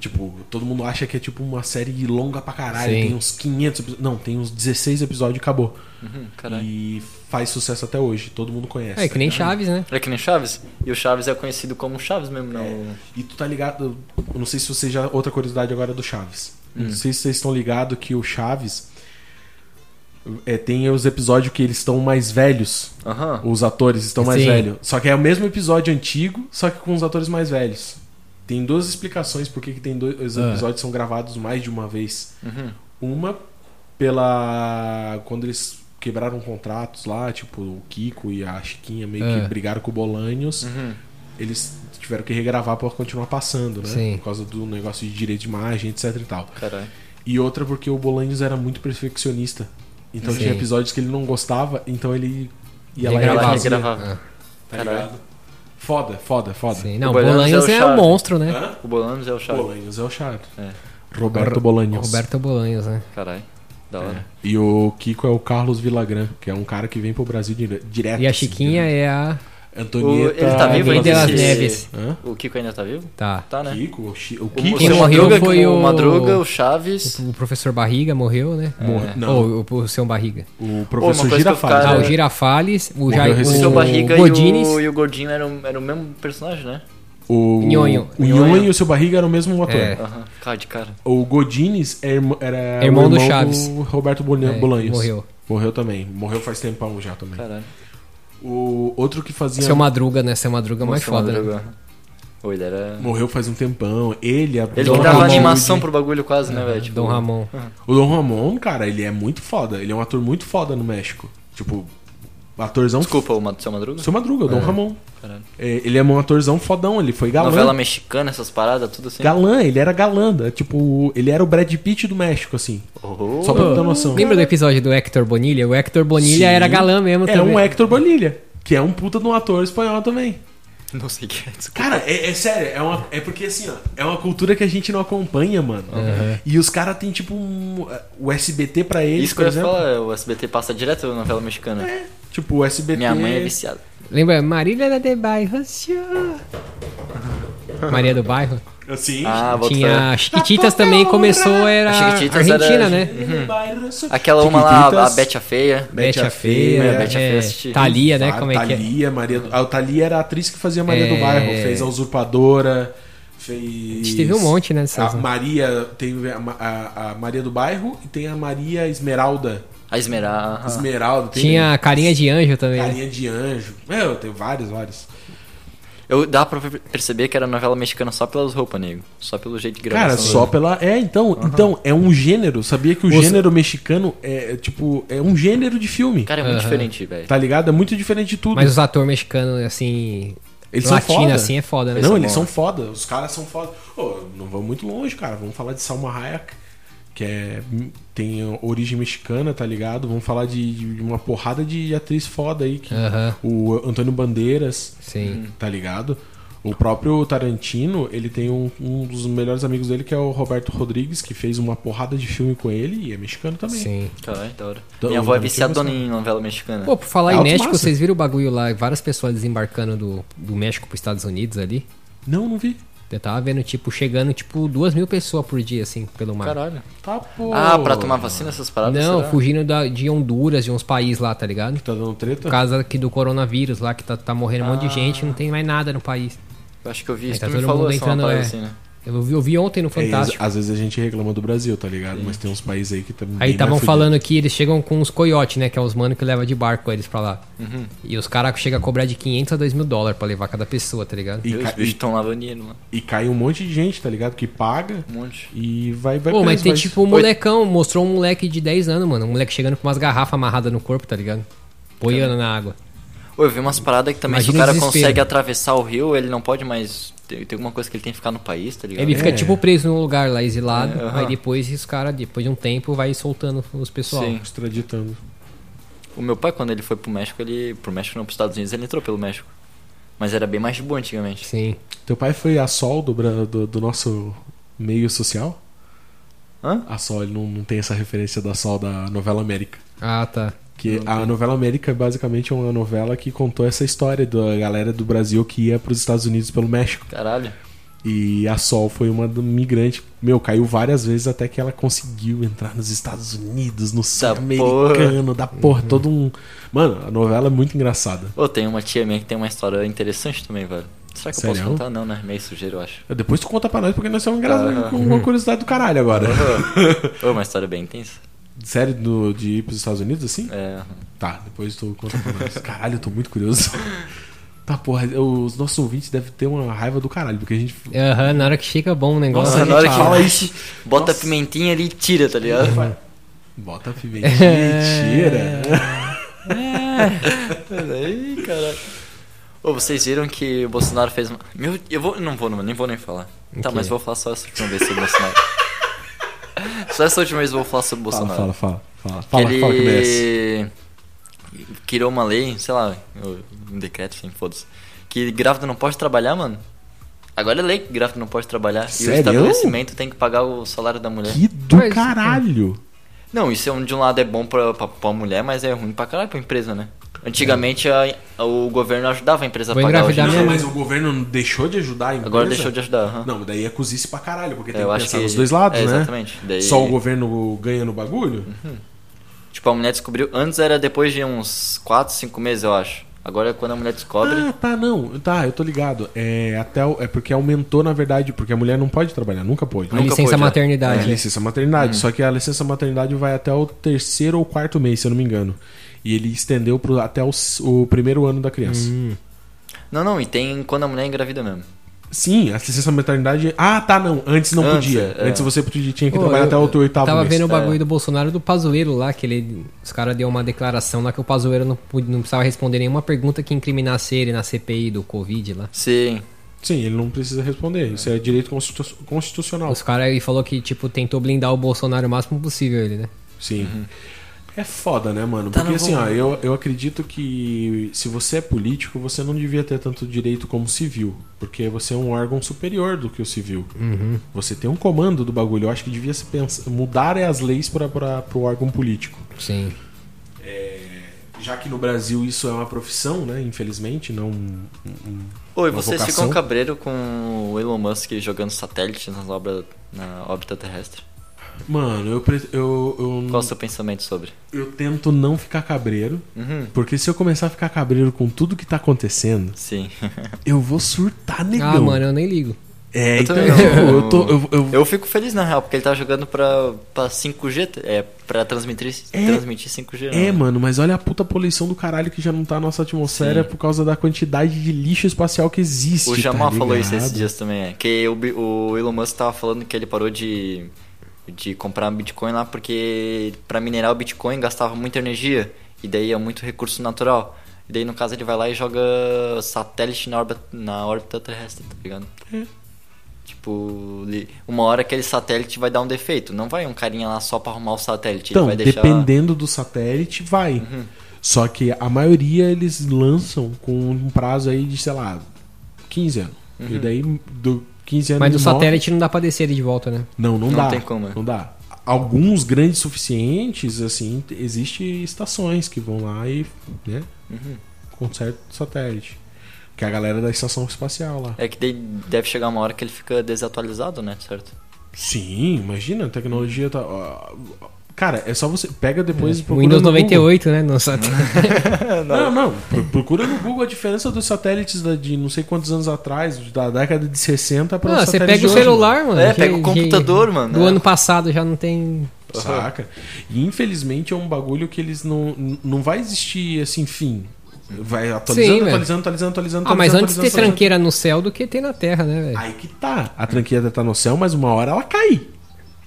Tipo, todo mundo acha que é tipo uma série longa pra caralho.
Sim.
Tem uns 500 episódios. Não, tem uns 16 episódios e acabou.
Uhum, Caralho.
E faz sucesso até hoje. Todo mundo conhece.
É que nem
tá ligado?
Chaves, né?
É que nem Chaves? E o Chaves é conhecido como Chaves mesmo, não.
É.
E tu tá ligado. Eu não sei se você já. Outra curiosidade agora do Chaves.
Hum.
Não sei se vocês estão ligados que o Chaves. é, tem os episódios que eles estão mais velhos.
Aham.
Os atores estão mais
Sim.
velhos. Só que é o mesmo episódio antigo, só que com os atores mais velhos. Tem duas explicações por que que tem dois os
Ah.
episódios são gravados mais de uma vez.
Uhum.
Uma pela quando eles quebraram contratos lá, tipo o Kiko e a Chiquinha meio
Ah.
que brigaram com o Bolanhos.
Uhum.
Eles tiveram que regravar pra continuar passando, né?
Sim.
Por causa do negócio de direito de imagem, etc e tal.
Caralho.
E outra porque o Bolanhos era muito perfeccionista. Então
Sim.
tinha episódios que ele não gostava, então ele ia lá e
Ele
Ela
gravava.
gravava.
que gravava.
Ah,
Tá
Caralho.
ligado? Foda, foda, foda.
Sim, não,
O
Bolanhos
Bolanhos é o
é um
Chaves.
monstro, né?
O Bolanos é o Chaves.
Bolanhos é o chato.
É.
Roberto Bolanhos.
Roberto Bolanhos, né?
Caralho. Da hora.
E o Kiko é o Carlos Villagrán, que é um cara que vem pro Brasil dire- direto.
E a
assim,
Chiquinha é a.
né? Antonieta.
O- ele tá vivo ainda,
Vilas
esse-
Neves. Hã?
O Kiko ainda tá vivo?
Tá.
Tá, né?
Kiko, o, Chi- o
O, é
Kiko. é
o seu
morreu
Madruga,
foi
o
o-
Madruga, o Chaves.
O professor Barriga morreu, né?
Morre- não.
Ou o, o seu Barriga.
O
Ô,
professor
uma coisa
Girafales.
que eu
Ah,
É.
o Girafales, o,
Morreu
Jair,
O
recentemente.
seu Barriga
o
e
Godines.
o, e o Gordinho eram, eram o mesmo personagem, né?
O
Nhonho.
O Nhonho e o seu Barriga eram o mesmo ator.
É.
Aham. Cara, de cara.
O Godines é irmã- era, o
Irmão do Chaves.
Roberto Bolan-
É,
Bolanhos.
morreu.
Morreu também. Morreu faz tempão já
É.
também.
Caralho.
O outro que fazia.
Seu Madruga, né? Seu Madruga é mais
Seu
foda, né?
Madruga. Ou ele era.
Morreu faz um tempão. Ele, a
Ele
Dom
que dava
Ramon,
animação
de-
pro bagulho quase, né, velho? Tipo,
Dom Ramon.
O Dom Ramon, cara, ele é muito foda. Ele é um ator muito foda no México. Tipo, atorzão.
Desculpa, o Ma- seu Madruga?
Seu Madruga, o Dom Ramon.
Caralho.
É, ele é um atorzão fodão, ele foi galã.
Novela mexicana, essas paradas, tudo assim.
Galã, ele era galã. né? Tipo, ele era o Brad Pitt do México, assim.
Oh,
Só pra tu ter noção.
Lembra do episódio do Hector Bonilha? O Hector Bonilha
Sim.
era galã mesmo
É
também.
um Hector Bonilha, que é um puta de um ator espanhol também.
Não sei o que é. desculpa.
Cara, é, é sério, é, uma- é porque assim, ó, é uma cultura que a gente não acompanha, mano. E os caras têm tipo um, o SBT pra eles,
Isso
por
que eu ia
exemplo.
falar, o SBT passa direto na novela mexicana.
É, tipo, o SBT.
Minha mãe é viciada.
Lembra? Marília da The Bairro. senhor. Maria do Bairro.
Assim.
Ah, boto
Tinha
fé.
a Chiquititas também começou, era
A Chiquititas
Argentina,
era-
né?
Uhum.
Aquela uma lá, a
Chiquititas.
Bete a Feia.
Betty
Betty a
a Feia,
Feia,
Betty a
é,
Feia assisti.
Thalia, né?
Ah,
Como é que é?
Thalia, Maria do... ah, o Thalia era a atriz que fazia Maria do
É.
Bairro, fez a Usurpadora, fez...
A gente teve um monte, né,
A
dessas, né?
Maria, tem a, Ma- a- a Maria do Bairro e tem a Maria Esmeralda.
A Esmeralda.
Esmeralda, tem
Tinha a Carinha de Anjo também. né?
Carinha de Anjo. Meu, tem vários, vários.
Eu dá pra perceber que era novela mexicana só pelas roupas, nego. Só pelo jeito de gravação.
Cara, só pela. É, então, então, é um gênero. Sabia que o
Os-
gênero mexicano é, é, tipo, é um gênero de filme.
Cara, é muito
Aham.
diferente, velho.
Tá ligado? É muito diferente de tudo.
Mas os atores mexicanos, assim.
Eles são
latino,
foda.
assim, é foda, né?
Não,
são
eles
bons.
são foda. Os caras são foda. Ô, não vamos muito longe, cara. Vamos falar de Salma Hayek, que é, tem origem mexicana, tá ligado? Vamos falar de, de uma porrada de atriz foda aí. Que,
Aham.
O Antônio Bandeiras,
Hum,
Sim.
tá ligado? O próprio Tarantino, ele tem um, um dos melhores amigos dele, que é o Roberto Rodrigues, que fez uma porrada de filme com ele e é mexicano também.
Sim.
Caralho, da hora.
Então,
Minha avó é
então,
viciada
deixa eu
em novela mexicana.
Pô, por falar em
Alto
México,
É massa.
vocês viram o bagulho lá, várias pessoas desembarcando do, do México pros Estados Unidos ali?
Não, não vi.
Eu tava vendo, tipo, chegando, tipo, duas mil pessoas por dia, assim, pelo mar.
Caralho.
Tá, pô.
Ah, pra tomar vacina, essas paradas?
Não,
será?
fugindo da- de Honduras, de uns países lá, tá ligado?
Tá dando treta?
Por causa aqui do coronavírus lá, que tá, tá morrendo um monte de gente, não tem mais nada no país.
Eu acho Ah. que eu vi
Aí
isso.
tá
tu me
todo
falou
mundo
essa uma
entrando,
parada
é.
assim, né?
Eu vi, eu vi ontem
É,
no
às,
Fantástico.
às vezes a gente reclama do Brasil, tá ligado? Mas tem uns países aí que também. é
Aí estavam falando que eles chegam com os coiotes, né? Que é os manos que leva de barco eles pra lá.
Uhum.
E os caras chegam a cobrar de 500 a 2 mil dólares pra levar cada pessoa, tá ligado?
E,
Deus,
ca-
Os bichos tão lavando dinheiro, mano.
e- e cai um monte de gente, tá ligado? Que paga
Um monte.
e vai. vai
Pô, mas
preso,
tem
vai-
tipo um molecão, mostrou um moleque de 10 anos, mano. Um moleque chegando com umas garrafas amarradas no corpo, tá ligado? Boiando na água.
Ô, eu vi umas paradas que também, se o
Imagina o
cara
desespero.
consegue atravessar o rio, ele não pode mais. Tem, tem alguma coisa que ele tem que ficar no país, tá ligado?
Ele fica
É.
tipo preso num lugar lá, exilado.
É, aham.
Aí depois os caras, depois de um tempo, vai soltando os pessoal.
Sim.
Extraditando.
O meu pai, quando ele foi pro México, ele. Pro México não, pros Estados Unidos, ele entrou pelo México. Mas era bem mais de boa antigamente.
Sim.
Teu pai foi a sol do, bra- do, do nosso meio social?
Hã?
A sol, ele não, não tem essa referência da sol da novela América.
Ah, tá.
Que a novela América é basicamente uma novela que contou essa história da galera do Brasil que ia pros Estados Unidos pelo México.
Caralho.
E a Sol foi uma do- migrante. Meu, caiu várias vezes até que ela conseguiu entrar nos Estados Unidos, no sul americano, da porra, todo um. Mano, a novela é muito engraçada.
Ô, tem uma tia minha que tem uma história interessante também, velho. Será que eu
Sério?
posso contar? Não, né? Meio sujeiro, eu
[laughs]
acho.
Depois tu conta pra nós, porque nós estamos engraçados
Ah.
com uma curiosidade do caralho agora.
Ô, uma história bem intensa.
Sério do, de ir pros Estados Unidos assim?
É.
Tá, depois tu conta pra nós. Caralho, eu tô muito curioso. Tá, porra, os nossos ouvintes devem ter uma raiva do caralho, porque a gente.
Aham, na hora que chega bom o negócio.
Nossa,
a gente
na hora que
fala.
[laughs]
fala isso.
Bota a pimentinha ali e tira, tá ligado?
Bota a pimentinha e tira.
Ai, caralho. Ô, vocês viram que o Bolsonaro fez uma. Meu, eu vou. Não vou, não, nem vou nem falar. Tá,
quê?
mas vou falar só essa última vez sobre o Bolsonaro. só essa última vez eu vou falar sobre o
Fala,
Bolsonaro.
fala, fala. Fala,
Que
fala, fala que merece.
ele criou uma lei, sei lá, um decreto, enfim, foda-se. Que grávida não pode trabalhar, mano. Agora é lei que grávida não pode trabalhar. E o
Sério?
estabelecimento tem que pagar o salário da mulher.
Que do
Mas-
caralho!
Não, isso é um- de um lado é bom pra, pra, pra mulher, mas é ruim pra caralho pra empresa, né? Antigamente a- o governo ajudava a empresa
Vou
a pagar.
engravidar
hoje em
minha
dia-
mãe.
o governo deixou de ajudar a empresa?
Agora deixou de ajudar. aham.
Não, mas daí é cozice pra caralho, porque
É,
tem
eu
que
acho
pensar
que-
nos dois lados,
é,
né?
exatamente. Daí-
Só o governo ganha no bagulho?
Tipo, a mulher descobriu. Antes era depois de uns 4, 5 meses, eu acho. Agora é quando a mulher descobre.
Ah, tá, não. Tá, eu tô ligado. É, até, o- é porque aumentou, na verdade, porque a mulher não pode trabalhar, nunca pôde.
A
Nunca
licença
pôde, né?
É,
maternidade. né?
licença maternidade.
Hum.
Só que a licença maternidade vai até o terceiro ou quarto mês, se eu não me engano. E ele estendeu
Hum.
pro, até o, s- o primeiro ano da criança.
Não, não, e tem quando a mulher engravida mesmo.
Sim, a licença maternidade. Ah, tá, não. Antes não
Antes,
podia.
é.
Antes você podia, tinha que
Pô,
trabalhar
eu-
até o teu oitavo
Tava
mês.
vendo o bagulho do Bolsonaro do Pazuello lá, que ele, os caras deu uma declaração lá que o Pazuello não, pude- não precisava responder nenhuma pergunta que incriminasse ele na CPI do Covid lá.
Sim.
Sim, ele não precisa responder. Isso é direito constitu- constitucional.
Os caras aí falou que, tipo, tentou blindar o Bolsonaro o máximo possível ele, né?
Sim. É foda, né, mano?
Tá,
Porque
não
assim,
vou-
ó, eu, eu acredito que se você é político, você não devia ter tanto direito como civil. Porque você é um órgão superior do que o civil. Você tem um comando do bagulho. Eu acho que devia se pensar, mudar é as leis para o órgão político.
Sim.
É, Já que no Brasil isso é uma profissão, né? Infelizmente, não. um- um-
Oi,
Uma
vocês
vocação?
ficam cabreiro com o Elon Musk jogando satélite nas obra, na órbita terrestre?
Mano, eu, pre- eu, eu,
Hum.
Qual o seu pensamento sobre?
eu tento não ficar cabreiro.
Uhum.
Porque se eu começar a ficar cabreiro com tudo que tá acontecendo,
Sim.
eu vou surtar, negão.
Ah, mano, eu nem ligo.
É,
Eu
então
também
tipo,
não.
eu tô. Eu, eu-
Eu fico feliz na real, porque ele tá jogando pra, pra 5G, é, pra transmitir,
É.
transmitir 5G.
É,
né?
mano, mas olha a puta poluição do caralho que já não tá na nossa atmosfera
Sim.
por causa da quantidade de lixo espacial que existe.
O Jamal
tá
falou isso
ligado?
esses dias também, é. Que o, Bi- o Elon Musk tava falando que ele parou de, de comprar Bitcoin lá porque pra minerar o Bitcoin gastava muita energia e daí é muito recurso natural. E daí, no caso, ele vai lá e joga satélite na órbita, na órbita terrestre, tá ligado?
É.
Tipo, li- uma hora aquele satélite vai dar um defeito. Não vai um carinha lá só pra arrumar o satélite.
Então,
ele vai deixar. Uhum.
dependendo do satélite, vai. Só que a maioria eles lançam com um prazo aí de, sei lá, 15 anos. E
Uhum.
daí, do 15 anos.
Mas do
morre-
satélite não dá pra descer ele de volta, né?
Não, não,
Não
dá.
tem como, é.
Não dá. Alguns grandes suficientes, assim, existem estações que vão lá e, né, consertam o satélite. Que é a galera da estação espacial lá.
É que daí deve chegar uma hora que ele fica desatualizado, né? Certo?
Sim, imagina, a tecnologia tá. ó, Cara, é só você. Pega depois e
O
procura.
Windows
no Google.
98, né? No [laughs] satélite.
Não, não. pro- Procura no Google a diferença dos satélites da- de não sei quantos anos atrás, da década de 60 para
Ah,
os
você
satélites
pega o
de hoje,
celular, mano.
É, pega o computador, mano,
Do
é.
ano passado já não tem. Ah,
Saca? E infelizmente é um bagulho que eles não. Não vai existir assim, fim. Vai atualizando,
Sim, velho.
atualizando, atualizando, atualizando.
Ah, mas
atualizando,
antes de ter
atualizando, atualizando.
tranqueira no céu do que ter na terra, né, velho?
Aí que tá. A tranqueira tá no céu, mas uma hora ela cai.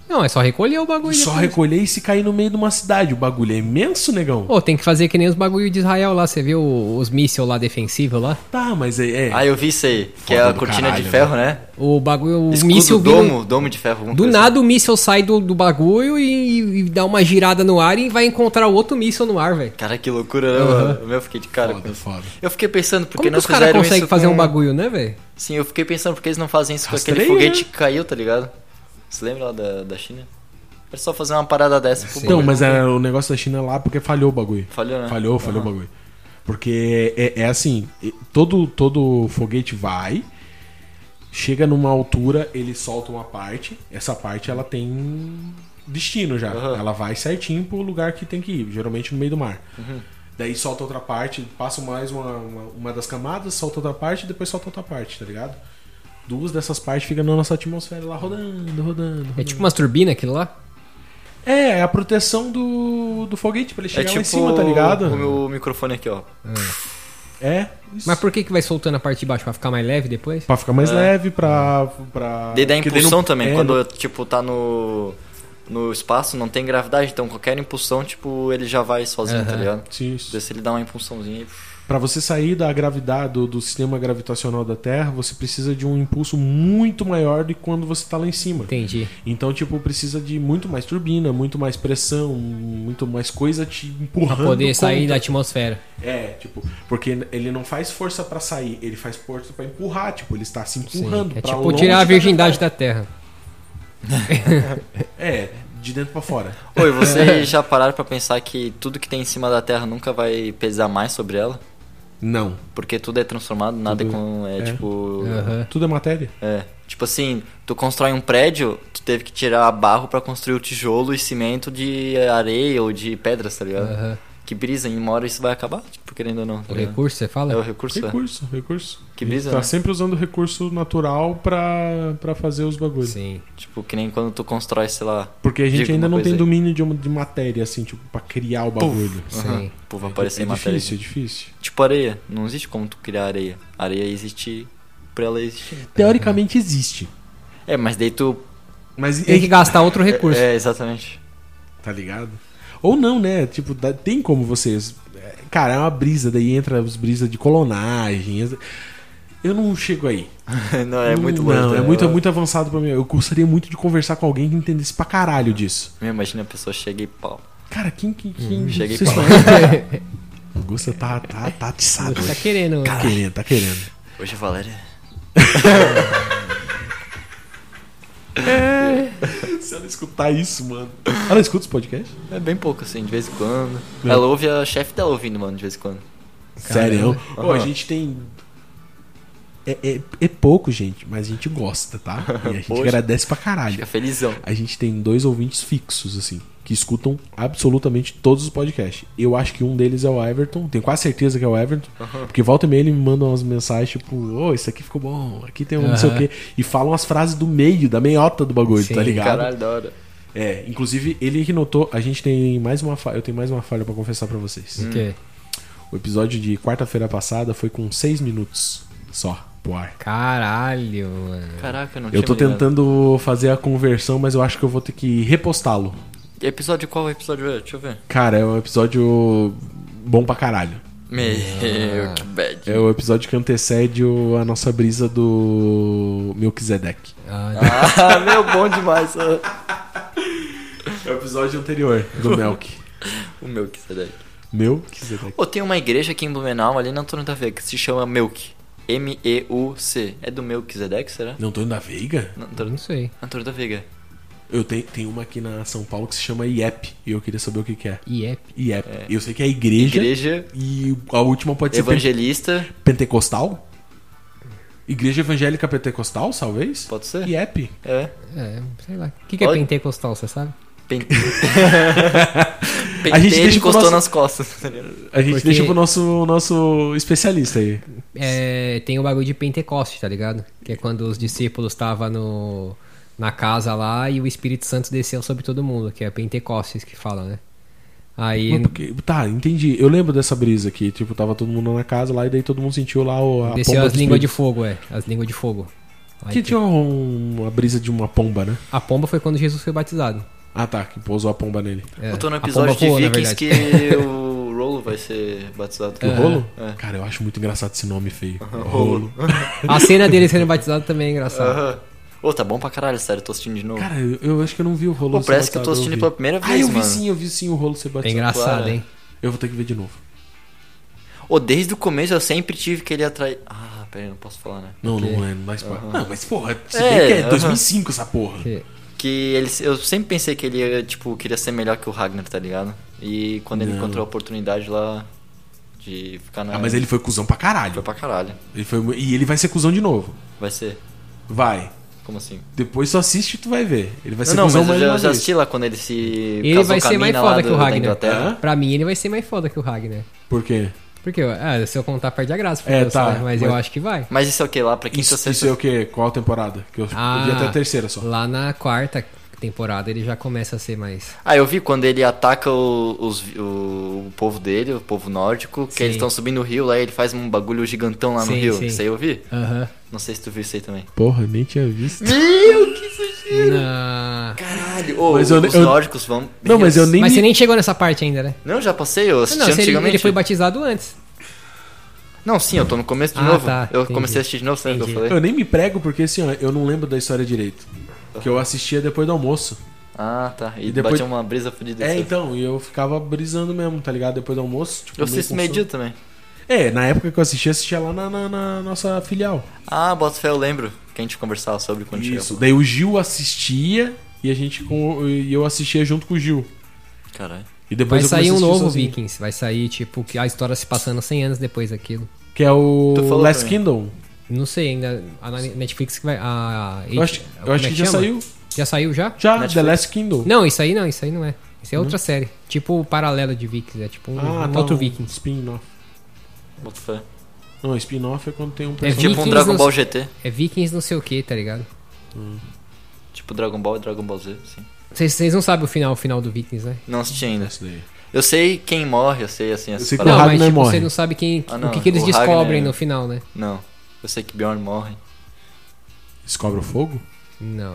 Não, é só recolher o bagulho.
Só
depois.
recolher e se cair no meio de uma cidade. O bagulho é imenso, negão.
Pô, tem que fazer que nem os bagulho de Israel lá. Você viu os mísseis lá defensivos lá?
Tá, mas é. é.
Ah, eu vi isso aí. que é
Foda
a
do
cortina
caralho,
de ferro, né?
O bagulho, o
Escudo,
míssil vira- um-
domo, domo de ferro. alguma
Do
coisa
nada o míssil sai do, do bagulho e, e dá uma girada no ar e vai encontrar o outro míssil no ar, velho.
assim. Cara, que loucura, né, mano? Meu, eu fiquei de cara com
Foda,
isso.
foda.
Eu fiquei pensando, porque
Como que
não
os caras
fizeram
conseguem
isso
fazer
com-
um bagulho, né, velho?
Sim, eu fiquei pensando, porque eles não fazem isso
Rastreio,
com aquele foguete
né?
que caiu, tá ligado? Você lembra lá da, da China? Era só fazer uma parada dessa. pro
Então,
bagulho.
mas era o negócio da China lá porque falhou o bagulho.
Falhou, né?
Falhou, falhou o bagulho. Porque é, é assim, e- todo, todo foguete vai, chega numa altura, ele solta uma parte, essa parte ela tem destino já.
Aham.
Ela vai certinho pro lugar que tem que ir, geralmente no meio do mar.
Uhum.
Daí solta outra parte, passa mais uma, uma, uma das camadas, solta outra parte e depois solta outra parte, tá ligado? Duas dessas partes ficam na nossa atmosfera lá rodando, rodando.
É tipo umas turbinas aquilo lá?
É, é a proteção do, do foguete pra ele chegar
é tipo
lá em cima, tá ligado?
o meu microfone aqui, ó.
É, isso.
Mas por que que vai soltando a parte de baixo? Pra ficar mais leve depois?
Pra ficar mais leve, pra. pra...
Daí É. dá
porque daí
impulsão
não-
também.
é,
quando,
não-
tipo, tá no, no espaço, não tem gravidade. Então, qualquer impulsão, tipo, ele já vai sozinho, tá ligado?
Sim, isso.
Vê se ele dá uma impulsãozinha e...
Pra você sair da gravidade, do, do sistema gravitacional da Terra, você precisa de um impulso muito maior do que quando você tá lá em cima.
Entendi.
Então, tipo, precisa de muito mais turbina, muito mais pressão, muito mais coisa te empurrando.
Pra poder sair da
contra.
atmosfera.
É, tipo, porque ele não faz força pra sair, ele faz força pra empurrar, tipo, ele está se empurrando.
É
pra
tipo
longe
tirar a
da
virgindade da
[laughs]
Terra.
É, de dentro pra fora.
Oi, vocês já pararam pra pensar que tudo que tem em cima da Terra nunca vai pesar mais sobre ela?
Não.
Porque tudo é transformado, nada é com. É,
é.
tipo.
Aham.
Tudo é matéria?
É. Tipo assim, tu constrói um prédio, tu teve que tirar barro pra construir o tijolo e cimento de areia ou de pedras, tá ligado?
Aham.
Que brisa, em uma hora isso vai acabar, tipo, querendo ou não. Tá
É. O
ligado?
recurso, você fala?
É o recurso, é.
Recurso, recurso.
Que brisa,
Tá
né?
sempre usando recurso natural pra, pra fazer os bagulhos.
Sim.
Tipo, que nem quando tu constrói, sei lá.
Porque a gente
Diga
ainda
uma
não
coisa
tem
aí.
domínio de, uma- de matéria, assim, tipo, pra criar o bagulho.
Aham.
Sim.
Pô, vai um aparecer
é
matéria.
difícil, é difícil.
Tipo areia, não existe como tu criar areia. Areia existe por ela existir.
Teoricamente existe.
É, mas daí tu.
Mas
Tem que gastar outro recurso.
É, exatamente. [laughs]
Tá ligado? Ou não, né? Tipo, dá- tem como vocês. é, Cara, é uma brisa, daí entra as brisas de colonagem. essa- Eu não chego aí.
não, é
Hum.
muito longe.
Não,
né?
é muito, é muito avançado pra mim. Eu gostaria muito de conversar com alguém que entendesse pra caralho disso.
Me imagina a pessoa chega e pau.
Cara, quem que. Quem...
Hum, cheguei
vocês
com a-
falam? [laughs] O Gusta tá, tá, tá
é.
atiçado.
tá
hoje.
querendo.
Tá querendo, tá querendo.
Hoje a Valéria.
Se ela escutar isso, mano. Ela escuta os podcasts?
É bem pouco, assim, de vez em quando.
É.
Ela ouve a chefe dela ouvindo, mano, de vez em quando.
Sério? Ô,
Aham.
a gente tem. É, é, é pouco, gente, mas a gente gosta, tá? E a gente
Poxa.
agradece pra caralho.
Fica felizão.
a gente tem dois ouvintes fixos, assim, que escutam absolutamente todos os podcasts. Eu acho que um deles é o Everton, tenho quase certeza que é o Everton, porque volta e meia ele me manda umas mensagens tipo, ô, isso aqui ficou bom, aqui tem um não sei o
Aham.
quê, e falam as frases do meio, da meiota do bagulho,
Sim,
tá ligado?
Caralho, da hora.
É, inclusive ele que notou, a gente tem mais uma falha, eu tenho mais uma falha pra confessar pra vocês.
O quê?
O episódio de quarta-feira passada foi com seis minutos só pro ar.
Caralho, mano.
Caraca, eu não
É. Eu
tinha
tô
me ligado.
tentando fazer a conversão, mas eu acho que eu vou ter que repostá-lo.
Episódio qual? Episódio? é? Deixa eu ver.
Cara, é um episódio bom pra caralho.
Meu, que bad.
É o episódio que antecede o- a nossa brisa do Melchizedek.
Ah,
[laughs] Ah, meu, bom demais. [laughs] ah.
É o episódio anterior [laughs] do Melk.
O Milk, sai daí.
Melchizedek.
Pô, tem uma igreja aqui em Blumenau, ali na Antônio da Veiga, que se chama Milk. M-E-U-C. É do Melquisedeque, será?
Não, Antônio da Veiga?
Na
eu
Antônio,
não sei.
Antônio da Veiga.
Eu tenho, tem uma aqui na São Paulo que se chama IEP. E eu queria saber o que, que é.
IEP.
IEP. Eu sei que é igreja.
Igreja
E a última pode ser
Evangelista,
pen- pentecostal? Igreja evangélica pentecostal, talvez?
pode ser?
IEP.
É.
É, sei lá. O que, que é
Olha-
pentecostal, você sabe?
[laughs]
Pen... [laughs]
A gente
Penteiro
deixa com o
encostou
nosso-
nas costas. tá ligado?
A gente
Porque-
deixa pro nosso, nosso especialista aí.
É, tem o bagulho de Pentecoste, tá ligado? Que é quando os discípulos estavam no na casa lá e o Espírito Santo desceu sobre todo mundo, que é Pentecostes que fala, né? Aí
Mas porque- tá, entendi. Eu lembro dessa brisa aqui. Tipo, tava todo mundo na casa lá e daí todo mundo sentiu lá o, a
desceu
pomba
as
do
línguas de
espírito.
fogo, é, as línguas de fogo. Aí
Que
te-
tinha um- uma brisa de uma pomba, né?
A pomba foi quando Jesus foi batizado.
Ah, tá, que pousou a pomba nele.
É,
Eu tô no
a pomba
episódio de
voou, na
Vikings
verdade.
que
[laughs]
o Rolo vai ser batizado.
O rolo?
É.
Cara, eu acho muito engraçado esse nome feio. Rolo.
A cena dele sendo batizado também é engraçada.
Aham. Ô, tá bom pra caralho, sério, eu tô assistindo de novo.
Cara, eu, eu acho que eu não vi o rolo.
Pô,
ser
parece que eu
batizado,
tô assistindo
vi.
pela primeira
Ah,
vez,
eu vi
mano.
sim, eu vi sim o rolo ser
Ah,
É
batizado.
engraçado,
claro.
hein?
Eu vou ter que ver de novo.
Ô, desde o começo eu sempre tive que ele atrai. Ah, peraí, não posso falar, né?
Não, não é, não dá spoiler. Não, mas porra, se
É,
bem que é
aham.
2005 essa porra.
Que-
Que ele, eu sempre pensei que ele ia, tipo, queria ser melhor que o Ragnar, tá ligado? E quando ele
Não.
encontrou a oportunidade lá de ficar na.
Ah, mas ele foi cuzão pra
Foi
caralho.
pra caralho.
Ele foi, e ele vai ser cuzão de novo.
Vai ser.
Vai.
Como assim?
Depois só assiste e tu vai ver. Ele vai ser
não, não,
cuzão
mas eu
mais
já,
uma
já
vez.
assisti lá quando ele se.
Ele
casou
vai
com a
ser mais
mina lá
foda
do-
que o
da
Ragnar.
Inglaterra.
Hã?
Pra mim ele vai ser mais foda que o Ragnar.
Por quê?
Porque ah, se eu contar perde a graça,
É,
porque eu
tá,
sei, mas, eu
mas-
acho que vai.
Mas isso é o que lá pra quem
Isso, isso é o quê? Qual temporada? Que eu, eu
Ah.
vi até a terceira só.
Lá na quarta temporada ele já começa a ser mais.
Ah, eu vi quando ele ataca o, os, o, o povo dele, o povo nórdico, que
Sim.
eles estão subindo o rio lá e ele faz um bagulho gigantão lá no
Sim,
rio.
sim.
Isso aí eu vi?
Aham.
Não sei se tu viu isso aí também.
Porra, nem tinha visto.
Meu, que sujeira!
Na-
Caralho! Ô,
Mas eu-
os
eu-
nórdicos vão.
Não, mas eu nem.
Mas
me-
você nem chegou nessa parte ainda, né?
Não, já passei, eu assisti
Não, se ele,
antigamente.
ele foi batizado antes.
Não, sim, eu tô no começo de
Ah,
novo.
tá,
eu
entendi.
comecei a assistir de novo, sabe o que eu
Entendi.
[laughs]
falei?
Eu nem me prego porque assim, ó, eu não lembro da história direito. Que eu assistia depois do almoço.
Ah, tá. E,
E depois-
bateu uma brisa fodida.
É,
assim.
então, e eu ficava brisando mesmo, tá ligado? Depois do almoço. Tipo,
Eu assisto
meio
meio-dia
função.
também.
É, na época que eu assistia, assistia lá na, na- na nossa filial.
Ah, Botafé, eu lembro que a gente conversava sobre quando
Isso.
chegou.
Daí o Gil assistia e a gente com, e eu assistia junto com o Gil.
Caralho.
E depois
Vai
eu
sair
comecei a
um
assistir
novo
sozinho.
Vikings. Vai sair, tipo, que a história se passando 100 anos depois daquilo.
Que é o
Tu falou
Last
pra mim.
Kingdom.
Não sei ainda. A na- Netflix que vai. A,
Eu acho, eu
como
acho
é
que já
chama?
saiu.
Já saiu já?
Já,
Netflix.
The Last Kingdom.
Não, isso aí não, isso aí não é. Isso é outra série. Tipo o paralelo de Vikings. É tipo um,
Ah,
um outro Vikings.
tá Spin-off.
Botafé.
Não, spin-off é quando tem um
É
personagem.
Tipo um
Vikings
Dragon
nos-
Ball GT.
É Vikings não sei o que, tá ligado?
Tipo Dragon Ball e Dragon Ball Z, sim.
Vocês vocês não sabem o final, o final do Vikings, né?
Não assisti ainda.
Isso daí.
Eu sei quem morre, eu sei assim, essas
sei que
paradas.
Ragnar morre.
você tipo, não sabe quem,
Ah, não,
o que, que eles
o
descobrem
Ragnar-
no final, né?
Não. Eu sei que Bjorn morre.
Descobre o fogo?
Não.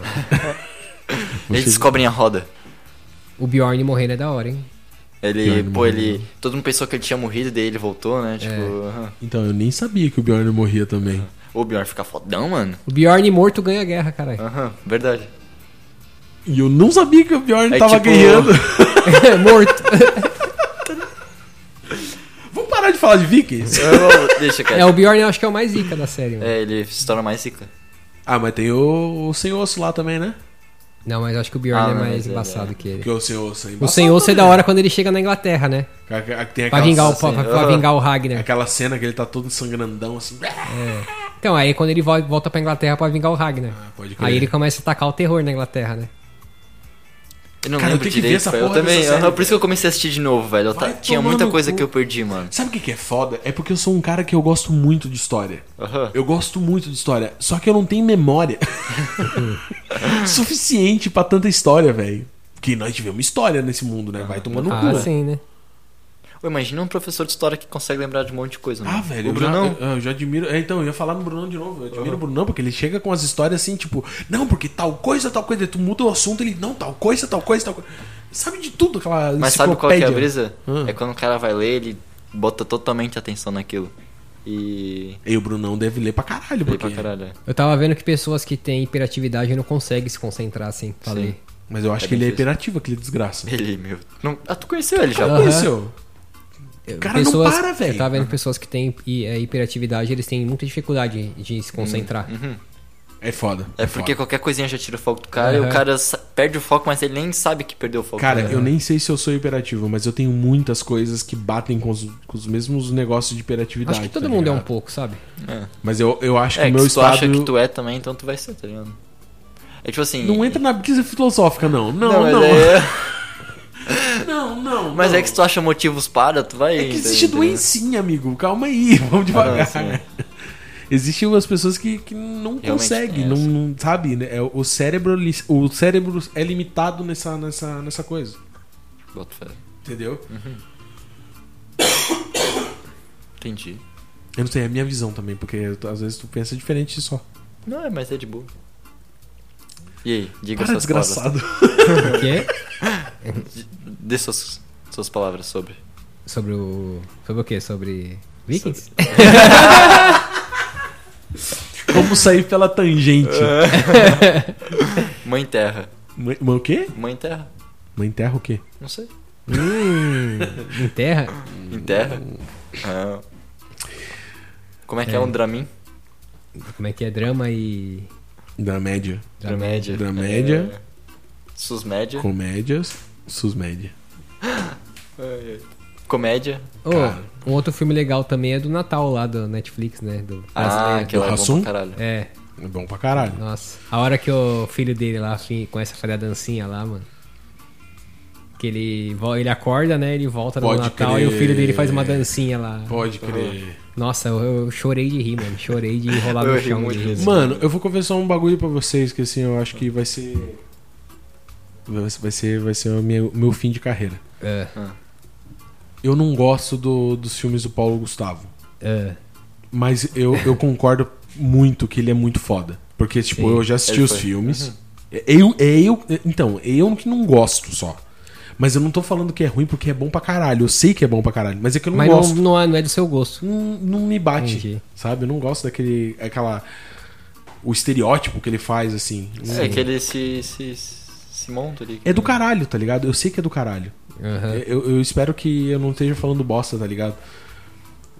Eles descobrem a roda.
O Bjorn morrendo é da hora, hein?
Ele,
Bjorn
pô, ele. Todo mundo pensou que ele tinha morrido, daí ele voltou, né? Tipo,
É.
aham.
Então, eu nem sabia que o Bjorn morria também.
o Bjorn fica fodão, mano.
O Bjorn morto ganha a guerra, caralho.
Aham, verdade.
E eu não sabia que o Bjorn
É
tava
tipo-
ganhando. [laughs]
Ah.
[laughs] morto.
[laughs]
Vamos parar de falar de Vikings?
[laughs] Deixa
É,
quieto.
o Bjorn eu acho que é o mais zica da série, mano.
É, ele se torna mais rico.
Ah, mas tem o, o Sem Osso lá também, né?
Não, mas eu acho que o Bjorn
Ah,
é
não,
mais
mas ele
embaçado
é.
que ele.
Porque o Sem Osso é
O
embaçado
Senhor é da
também.
hora quando ele chega na Inglaterra, né?
Ca- ca- Tem
Pra
aquela,
vingar, o,
assim,
pra, pra
ah.
vingar o Ragnar.
aquela cena que ele tá todo sangrandão, assim. [laughs]
Então, aí quando ele vol- volta pra Inglaterra pra vingar o Ragnar.
Ah, pode crer.
Aí ele começa a atacar o terror na Inglaterra, né?
Eu não
Cara, eu
lembro
tenho que ver
direito.
essa
Eu
porra
também.
dessa
aham,
série,
por isso que eu comecei a assistir de novo, velho. Eu
Vai
ta- tinha
tomar
muita
no
coisa
cu.
que eu perdi, mano.
Sabe o que que é foda? É porque eu sou um cara que eu gosto muito de história.
Aham.
Eu gosto muito de história, só que eu não tenho
[laughs]
memória suficiente pra tanta história, velho. Porque nós tivemos história nesse mundo, né? Vai tomando
ah,
cu, né?
sim, né?
Ô, Imagina um professor de história que consegue lembrar de um monte de coisa, mano.
Ah, velho,
O
eu já,
Brunão.
eu- eu já admiro. é, então, eu ia falar no Brunão de novo. Eu admiro o Brunão, porque ele chega com as histórias assim, tipo, não, porque tal coisa, tal coisa. Daí Tu muda o assunto, ele, não, tal coisa, tal coisa, tal coisa. Sabe de tudo aquela
Mas sabe qual que é a
enciclopédia.
brisa?
Hum.
É quando o cara vai ler, ele bota totalmente atenção naquilo. E.
E o Brunão deve ler pra caralho,
Lê
porque...
pra caralho. é.
Eu tava vendo que pessoas que têm hiperatividade não conseguem se concentrar assim pra
Sim.
ler.
Mas eu acho
É
que ele é
difícil.
hiperativo, aquele desgraça.
Ele, meu. Não... Ah, tu conheceu ele já?
Aham.
Aconteceu. O cara não
pessoas,
para, velho.
Eu tava vendo que pessoas que têm hi- é, hiperatividade, eles têm muita dificuldade de se concentrar.
É foda.
É porque
foda.
qualquer coisinha já tira o foco do cara e
Aham.
o cara sa- perde o foco, mas ele nem sabe que perdeu o foco.
Cara,
Né?
eu nem sei se eu sou hiperativo, mas eu tenho muitas coisas que batem com os, com os mesmos negócios de hiperatividade.
Acho que todo
tá
mundo é um
ligado? [laughs]
pouco, sabe?
Mas eu, eu acho que o
É, que
Tipo, meu
se tu
estado.
acha que tu é também, então tu vai ser, tá ligado? É tipo assim.
Não entra na brisa filosófica, não. Não, não.
Não, mas
Não,
é-
[laughs] não, não.
mas é que se tu acha motivos para, tu vai. tá
É que existe
entendeu?
doencinha, amigo. Calma aí, [laughs] vamos
Ah,
devagar.
sim.
Existem umas pessoas que, que não
Realmente é assim.
conseguem,
tem
não,
essa.
não- sabe? né? É, O cérebro, ele- o cérebro é limitado nessa, nessa, nessa coisa.
Bota fé.
Entendeu?
Hum. Entendi.
Eu não sei, é a minha visão também, porque eu- às vezes tu pensa diferente só.
Não, é, mas é de boa. E aí, diga
Para,
suas palavras.
desgraçado.
Porque
Dê suas, suas palavras sobre.
sobre o sobre o quê? Sobre Vikings?
Vamos sair pela tangente.
Mãe Terra.
Mãe, mãe o quê?
Mãe Terra?
Mãe terra o quê?
Não sei.
hum, em terra?
Hum.
Em Terra? Ah. Como é que é, um Dramin?
Como é que é drama e
[laughs] Da média.
Dramédia.
Dramédia.
É, Susmédia.
Comédias. Susmédia.
Ai, ai. Comédia.
Oh,
Cara.
um outro filme legal também é do Natal lá do Netflix, né? Do
Ah,
brasileiro.
aquela é bom
Hassum?
pra caralho.
É,
É bom pra caralho.
nossa. A hora que o filho dele lá assim, começa a fazer a dancinha lá, mano. Que ele, vo- ele acorda, né? Ele volta
Pode
no Natal
crer.
e o filho dele faz uma dancinha lá.
Pode crer.
Nossa, eu, eu chorei de rir, mano. Chorei de
[laughs]
rolar
Eu
no
ri
chão.
muito
de
disso.
Mano, eu vou confessar um bagulho pra vocês que assim, eu acho que vai ser. Vai ser- vai ser, vai ser o meu, meu fim de carreira.
É,
Eu não gosto do- dos filmes do Paulo Gustavo.
é.
Mas eu, eu concordo muito que ele é muito foda. Porque, tipo,
Sim,
eu já assisti
ele
os
foi. Uhum.
filmes. Eu, eu, então, eu que não gosto só. Mas eu não tô falando que é ruim porque é bom pra caralho. Eu sei que é bom pra caralho, mas é que eu não
Mas não,
gosto.
não é, não é do seu gosto.
Não, não me bate,
Entendi.
sabe? Eu não gosto daquele. aquela. o estereótipo que ele faz, assim.
É que ele se, se, se monta ali.
É do caralho, tá ligado? Eu sei que é do caralho.
Aham.
Eu, eu espero que eu não esteja falando bosta, tá ligado?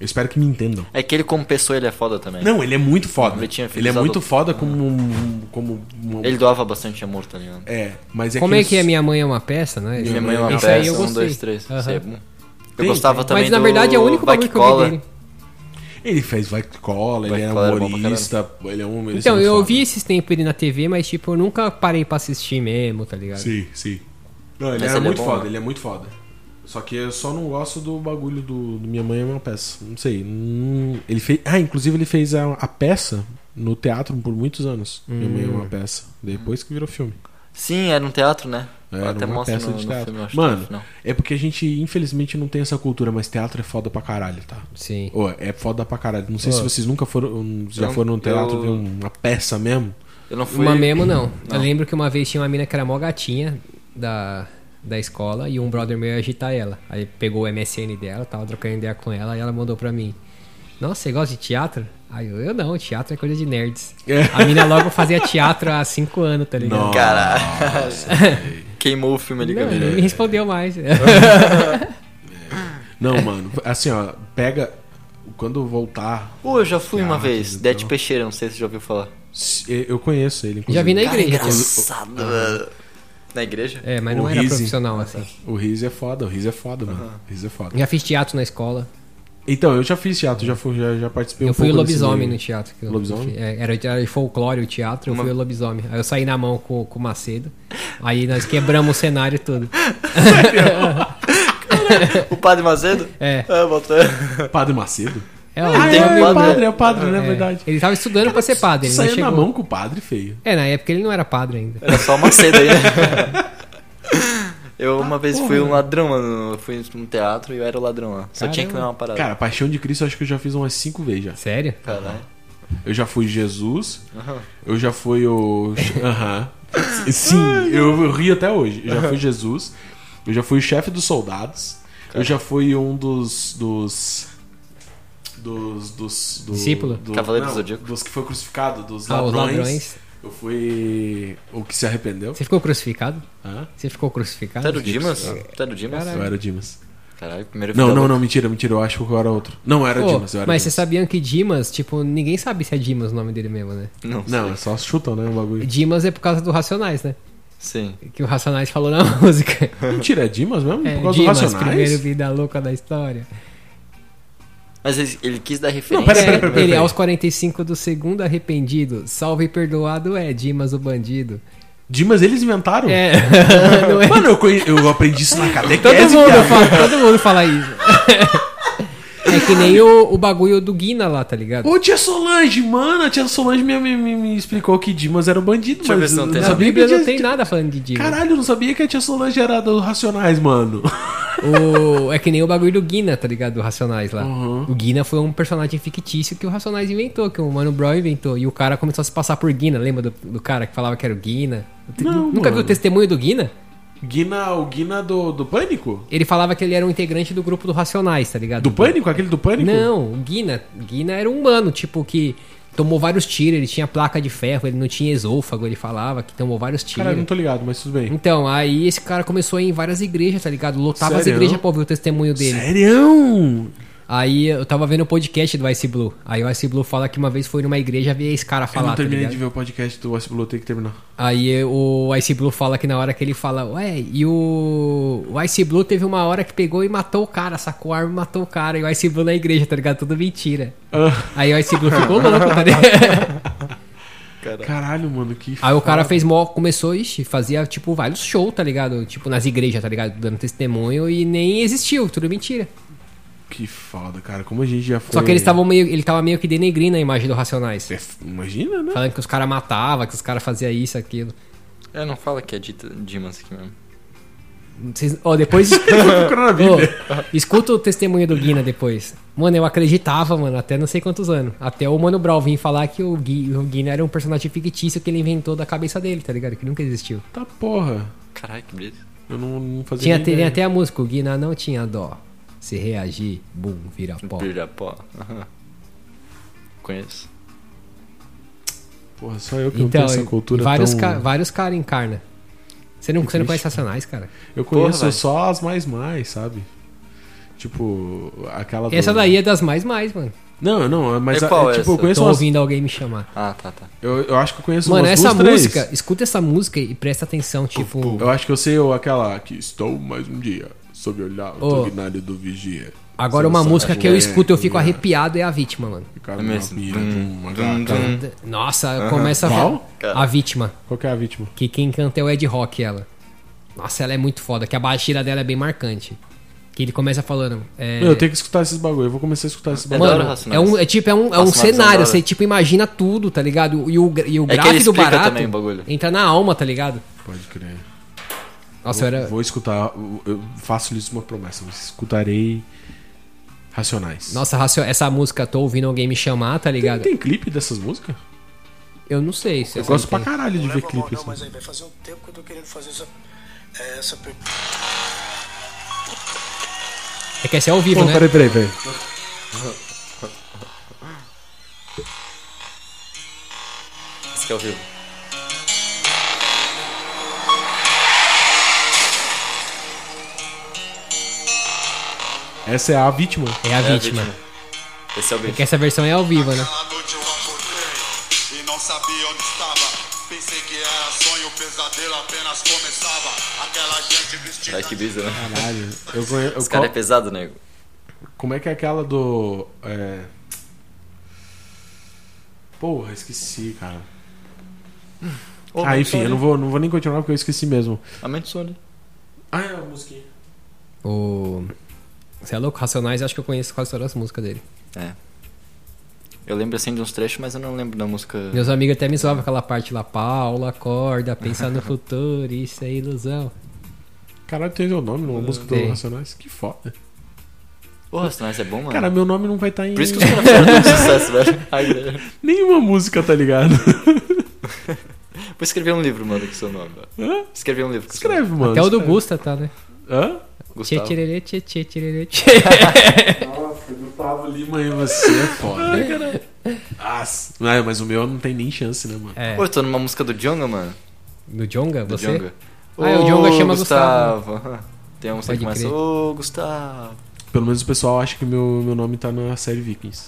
Eu espero que me entendam.
É que ele como pessoa ele é foda também.
Não, ele é muito foda.
Ele tinha filhos
Ele é muito
adultos.
foda como. um- como um-
Ele doava bastante amor, tá ligado?
É, mas é
Como é
os-
que é Minha Mãe é uma Peça, né?
Minha
Minha mãe é uma
Esse aí
peça,
eu
um,
gostei.
dois, três.
Aham.
Esse é bom. Eu
Tem,
gostava também
Mas na
do
verdade é o único
Vai
bagulho
Que
que eu vi
Cola.
dele.
Ele fez vai que cola, ele
Vai que
é
cola, era bom pra
humorista, ele é um. ele
Então,
é muito
eu
foda.
vi esses tempos ele na TV, mas tipo, eu nunca parei pra assistir mesmo, tá ligado?
Sim, sim. Não, ele
Mas
era
ele é
muito
bom,
foda,
né?
ele é muito foda. Só que eu só não gosto do bagulho do, do Minha Mãe é uma peça. Não sei. hum, ele fez. Ah, inclusive ele fez a, a peça no teatro por muitos anos. Minha Mãe é
Hum.
uma peça. Depois que virou filme.
Sim, era um teatro, né?
É,
Até
era uma
mostra
peça
no,
de
no
teatro.
filme, eu acho.
Mano,
no final.
É porque a gente, infelizmente, não tem essa cultura, mas teatro é foda pra caralho, tá?
Sim.
Ô, é foda pra caralho. Não sei
Ô.
se vocês nunca foram. um, Já
Eu-
foram no teatro
eu-
ver uma peça mesmo.
Eu não fui.
Uma mesmo, não. Eu
Não.
lembro que uma vez tinha uma mina que era mó gatinha da, da escola e um brother meu ia agitar ela. Aí pegou o MSN dela, tava trocando ideia com ela e ela mandou pra mim. Nossa, você gosta de teatro? Aí eu, eu não, teatro é coisa de nerds.
É.
A mina logo fazia teatro há cinco anos, tá ligado?
Cara, queimou o filme ali,
Não, é.
galera.
ele me respondeu mais.
[laughs] É. Não, mano, assim, ó, pega. Quando eu voltar,
Pô, eu já fui uma
Ah,
vez.
que
Dead
legal.
Peixeira, não sei se você já ouviu falar.
se- eu conheço ele. inclusive.
Já vi na
Cara,
igreja. Uhum.
engraçado, mano. Na igreja?
[laughs] É, mas
O
não era
Rizzi.
profissional assim.
O Riz é foda, o Riz é foda, mano. O Riz é foda.
Já fiz teatro na escola.
Então, eu já fiz teatro, já, fui, já, já participei um
eu fui o
pouco desse
lobisomem no
meio.
teatro. que eu-
Lobisomem?
é, Era, era folclore o teatro, eu fui o lobisomem. Aí eu saí na mão com, com o Macedo. Aí nós quebramos o cenário todo.
O Padre Macedo?
É.
Ah, bota.
Padre Macedo?
É, ó,
Ah,
tem
é,
um
é o
padre.
padre, é o padre, né?
é,
É verdade.
Ele tava estudando pra ser padre, ele não
Saiu na
chegou.
mão É. com o padre, feio.
É, na época ele não era padre ainda.
Era só o Macedo aí, né? [laughs] Eu uma vez fui
porra,
um ladrão, mano. Eu fui num teatro e eu era o ladrão lá. Só tinha que
Caramba.
comer uma parada.
Cara, Paixão de Cristo eu acho que eu já fiz umas cinco vezes já.
Sério?
Caralho.
Eu já fui Jesus, eu já fui o. Aham. Sim, eu, eu rio até hoje. Eu já fui Jesus, eu já fui o chefe dos soldados, eu já fui um dos. dos. dos. dos. do-
Discípulo?
do-
Cavaleiro do
não,
Zodíaco?
Dos que foi crucificado, dos
Ah, os
ladrões.
ladrões.
Eu fui. o que se arrependeu.
Você ficou crucificado?
Hã?
Você ficou
Tu
crucificado? É.
era o Tá Dimas? Tu era o Dimas?
Eu era o Dimas.
Caralho, primeiro
Não,
filho
não,
da-
não, mentira, mentira, eu acho que eu era outro. Não, era
Pô,
Dimas, eu era
mas vocês
Dimas.
sabiam que Dimas, tipo, ninguém sabe se é Dimas o nome dele mesmo, né?
Não,
Não, é só chutam, né, o
[laughs]
bagulho.
Dimas é por causa do Racionais, né?
Sim.
Que o Racionais falou na [laughs] música.
Mentira, é Dimas mesmo?
É,
Por causa
Dimas,
do Racionais?
primeiro vida louca da história.
Mas ele, ele quis dar referência.
pera, pera, pera, pera.
Ele é aos 45 do segundo arrependido, salvo e perdoado é Dimas o bandido.
Dimas, eles inventaram?
É,
[laughs]
[laughs] não é?
Mano, eu, conhe- eu aprendi isso na
Todo
catequese,
mundo
viado.
fala, todo mundo fala isso. É que nem o, o bagulho do Guina lá, tá ligado?
Ô, tia Solange, mano, a tia Solange me, me- me- me explicou que Dimas era um bandido,
Deixa eu ver
mas
se não tem
Na
sabia
Bíblia
que tipo
não
tia-
tem nada falando de Dimas.
Caralho, eu não sabia que a tia Solange era dos Racionais, mano.
O- é que nem o bagulho do Guina, tá ligado? Do Racionais lá.
Uhum.
O Guina foi um personagem fictício que o Racionais inventou, que o Mano Brown inventou. E o cara começou a se passar por Guina. Lembra do, do cara que falava que era o Guina?
Não,
Nunca viu
mano.
o testemunho do Guina?
Guina, o Guina do, do Pânico?
Ele falava que ele era um integrante do grupo do Racionais, tá ligado?
Do Pânico? Aquele do Pânico?
Não, o Guina, Guina era um humano, tipo, que tomou vários tiros, ele tinha placa de ferro, ele não tinha esôfago, ele falava que tomou vários
Caralho,
tiros.
não tô ligado, mas tudo bem.
Então, aí esse cara começou a ir em várias igrejas, tá ligado? Lotava as
Sério?
igrejas pra ouvir o testemunho dele.
Sério?
Aí eu tava vendo o podcast do Ice Blue. Aí o Ice Blue fala que uma vez foi numa igreja ver esse cara
Eu
falar,
não
tá
terminei
ligado?
de ver o podcast do Asbilo, tem que terminar.
Aí o Ice Blue fala que na hora que ele fala, ué, e o, o Ice Blue teve uma hora que pegou e matou o cara, sacou a arma e matou o cara. E o Ice Blue na igreja, tá ligado? Tudo mentira.
Ah,
Aí o Ice Blue ficou louco, tá ligado?
Caralho.
Ah, caralho, mano, que
Aí o cara fez mó, começou, ixi, fazia tipo vários shows, tá ligado? Tipo nas igrejas, tá ligado? Dando testemunho e nem existiu, tudo mentira.
Que foda, cara. Como a gente já foi.
Só que eles estavam meio, ele tava meio que denegrindo a imagem do Racionais.
É, f- Imagina, né? [laughs]
Falando que os caras matavam, que os caras faziam isso, aquilo.
É, não fala que é dita Dimas aqui mesmo.
Vocês, ó, depois.
[laughs] Procurar na
Ô,
Bíblia.
escuta o testemunho do Guina depois. Mano, eu acreditava, mano, até não sei quantos anos. Até o Mano Brown vir falar que o, Gui, o Guina era um personagem fictício que ele inventou da cabeça dele, tá ligado? Que nunca existiu.
Tá porra.
Caralho, que brisa.
Eu não, não fazia
Tinha,
nem
tem
ideia.
até a música, o Guina não tinha dó. Se reagir, bum, vira pó.
Pirapó. Aham. Conheço.
Porra, só eu que
Então,
não tenho essa cultura
vários,
tão...
ca- vários caras encarna. Você não, você
triste.
não conhece Racionais, cara?
Eu conheço
Porra, velho.
só as mais mais, sabe? Tipo, aquela do-
Essa daí é das mais mais, mano.
Não, não, mas
É
a-
qual
é, tipo,
essa?
eu conheço
Tô
umas-
ouvindo alguém me chamar.
Ah, tá, tá.
eu, eu acho que eu conheço
Mano,
umas
essa
duas, três.
música, escuta essa música e presta atenção, tipo,
Eu acho que eu sei o- aquela que estou mais um dia sob o olhar
Ô.
ordinário do vigia.
agora
Seu
uma
saco
música que eu
é, Hum.
escuto eu fico
minha-
arrepiado é a vítima, mano.
Cara,
É
minha
mesmo.
mira,
Dum,
uma
dum,
gata.
dum.
Nossa, começa a
Qual?
a vítima,
Qual que é a vítima?
que quem canta é o Ed Rock ela. Nossa, ela é muito foda, que a batida dela é bem marcante. Que ele começa falando, é,
Meu, eu tenho que escutar esses bagulho. Eu vou começar a escutar esses
É
bagulho.
da hora,
Mano, é,
Racionais.
um, é tipo, é um, é um
Racionais é da
cenário,
hora. É
você tipo, imagina tudo, tá ligado? E o, gra- e o
que ele
grave do
explica
barato
também o bagulho.
entra na alma, tá ligado?
Pode crer.
Nossa, eu era...
Vou escutar, eu- eu faço lhes uma promessa, eu escutarei Racionais.
Nossa, Racio- essa música, tô ouvindo alguém me chamar, tá
Tem,
ligado?
tem clipe dessas músicas?
Eu não sei se é
Eu
essa não
gosto pra
tem.
caralho de ver
Não leva a mal,
clipe
não,
assim.
mas aí vai fazer um tempo que eu tô querendo fazer essa. Essa. per-
É que esse é ao vivo,
Bom,
né?
peraí, peraí, peraí.
Esse que é o vivo.
Essa é a vítima.
É a
É a
vítima.
vítima. Esse é o
É que
vídeo.
essa versão é ao vivo, né?
Aquela noite eu acordei e não sabia onde estava. Pensei que era sonho, o pesadelo apenas começava. Aquela gente vestida
Ai, que bizarro. né?
Caralho. Eu conhe- eu
Esse cara é
co-
pesado, nego.
Como é que é aquela do. É... Porra, esqueci, cara. ah, enfim, eu não vou, não vou nem continuar porque eu esqueci mesmo.
Aumenta o som ali.
Ah, é a musiquinha.
O. Você é louco? Racionais, acho que eu conheço quase todas as músicas dele.
Eu lembro assim de uns trechos, mas eu não lembro da música.
Meus amigos até me zoavam aquela parte lá. Paula, acorda, pensar
[laughs]
no futuro, isso é ilusão.
Caralho, tem teu nome numa música do
Tem.
Racionais? Que foda.
Porra, Racionais é bom, mano.
Cara, meu nome não vai estar em
Por isso que os caras fizeram tanto sucesso, velho. Ai, né?
nenhuma música, tá ligado? [laughs]
Vou escrever um livro, mano, com seu nome. velho.
Hã?
Escrever um livro com seu nome.
Escreve, mano.
Até o do
escreve.
Gusta tá, né?
Hã?
Tchê,
Gustavo.
tchê, tchê, tchê, tchê,
[laughs]
tchê.
Nossa, Gustavo Lima e você é foda. Nossa. Ah, mas o meu não tem nem chance, né, mano?
É.
Pô, eu tô numa música do Djonga, mano.
No Jonga,
Do
você?
Djonga.
Ah, é, o
Ô,
Djonga chama Gustavo.
Aham. Tem uma música
Pode
que começa.
crer.
Ô, Gustavo.
Pelo menos o pessoal acha que meu, meu nome tá na série Vikings.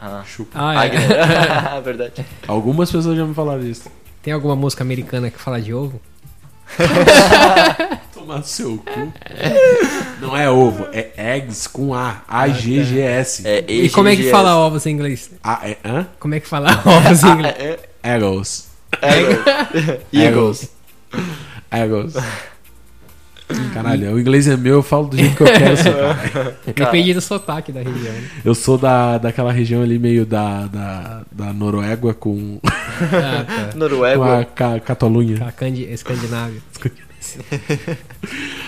Ah,
Chupa.
Ah, é.
Agner. Verdade.
Algumas pessoas já me falaram isso.
[laughs] Tem alguma música americana que fala de ovo?
Tomar no seu cu. Não é ovo, é eggs com A. A-G-G-S.
É,
E como é que
EGGS.
fala ovos em inglês?
A, é, hã?
Como é que fala [laughs] ovos em inglês?
É, é,
Eagles.
é, Eagles.
Eagles. Caralho, o inglês é meu, eu falo do jeito que eu quero. seu
[laughs]
cara.
Depende do sotaque da região. né?
Eu sou da, daquela região ali meio da, da, da Noruega com,
Ah, tá.
com a
Noruega.
Ca- Catalunha.
Cacandi, escandinávio.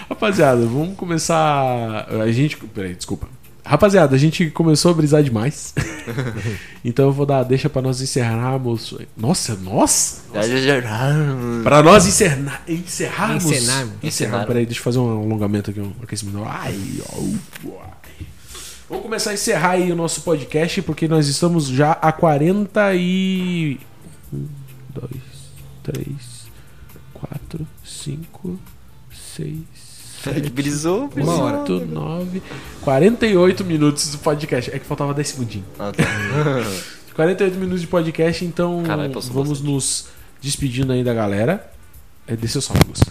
Rapaziada, vamos começar. A gente. Peraí, desculpa. Rapaziada, a gente começou a brisar demais. então eu vou dar a deixa pra nós encerrarmos. Nossa, nossa! Pra nós encerna... encerrarmos.
Encenarmos.
Encerrar. Peraí, deixa eu fazer um alongamento aqui, um aquecimento. Ai, au, uai. Vamos começar a encerrar aí o nosso podcast, porque nós estamos já a 40 e. 1, 2, 3, 4, 5, 6,
Que brisou, brisou.
Uma hora.
8, 9, 48 minutos do podcast. É que faltava 10 segundinhos.
Ah, tá.
48 minutos de podcast, então
Caralho, passou
vamos nos despedindo aí da galera. É, Desceu só, Augusto.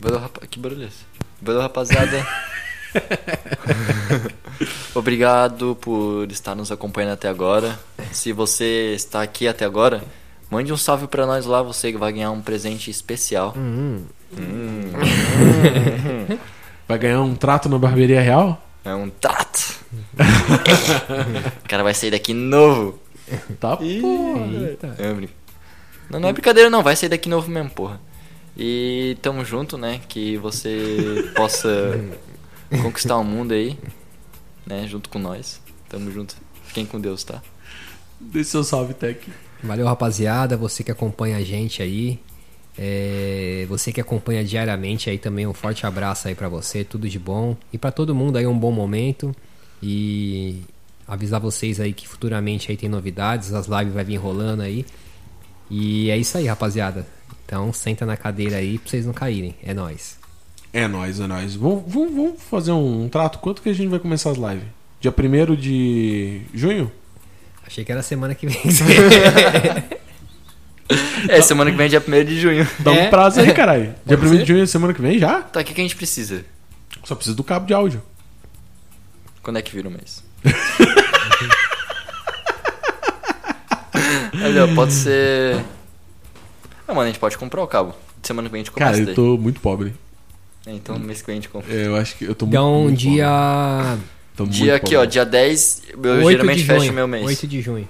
Valeu, rapa... Que barulho é esse? Valeu, rapaziada. Obrigado por estar nos acompanhando até agora. Se você está aqui até agora, mande um salve pra nós lá. Você vai ganhar um presente especial.
Vai ganhar um trato na barbearia real?
É um trato. [laughs] o cara vai sair daqui novo.
Tá, porra.
Eita.
É, brin- Não, não é brincadeira, não. Vai sair daqui novo mesmo, porra. E tamo junto, né?
[laughs]
Que você possa conquistar o mundo aí, né? Junto com nós. Tamo junto. Fiquem com Deus, tá?
Desse seu salve, Tech.
Valeu, rapaziada. Você que acompanha a gente aí. É, você que acompanha diariamente aí também, um forte abraço aí pra você, tudo de bom. E pra todo mundo aí, um bom momento. E avisar vocês aí que futuramente aí tem novidades, as lives vai vir rolando aí. E é isso aí, rapaziada. Então senta na cadeira aí pra vocês não caírem. É nóis.
É nóis, é nóis. Vamos, vamos- vamos fazer um trato? Quanto que a gente vai começar as lives? Dia 1 de junho?
Achei que era semana
[laughs]
que vem.
Então-
É, semana que vem é dia 1
[laughs]
de junho.
Dá um
É.
prazo aí, caralho. Dia
Pode
1 de
ser?
junho é semana que vem já?
Tá, o que, que a gente precisa?
Só precisa do cabo de áudio.
Quando é que vira
[laughs]
o mês? Ali, ó, pode ser. Ah, mano, a gente pode comprar o cabo. Semana que vem a gente compra
Cara,
isso
eu
daí.
tô muito pobre.
É, então, mês que vem a gente compra.
É, Eu acho que eu tô muito,
Então,
muito
dia
pobre. Tô muito
Dia aqui, ó,
pobre.
dia 10, eu
8 de
geralmente fecho
junho.
meu mês.
8 de junho.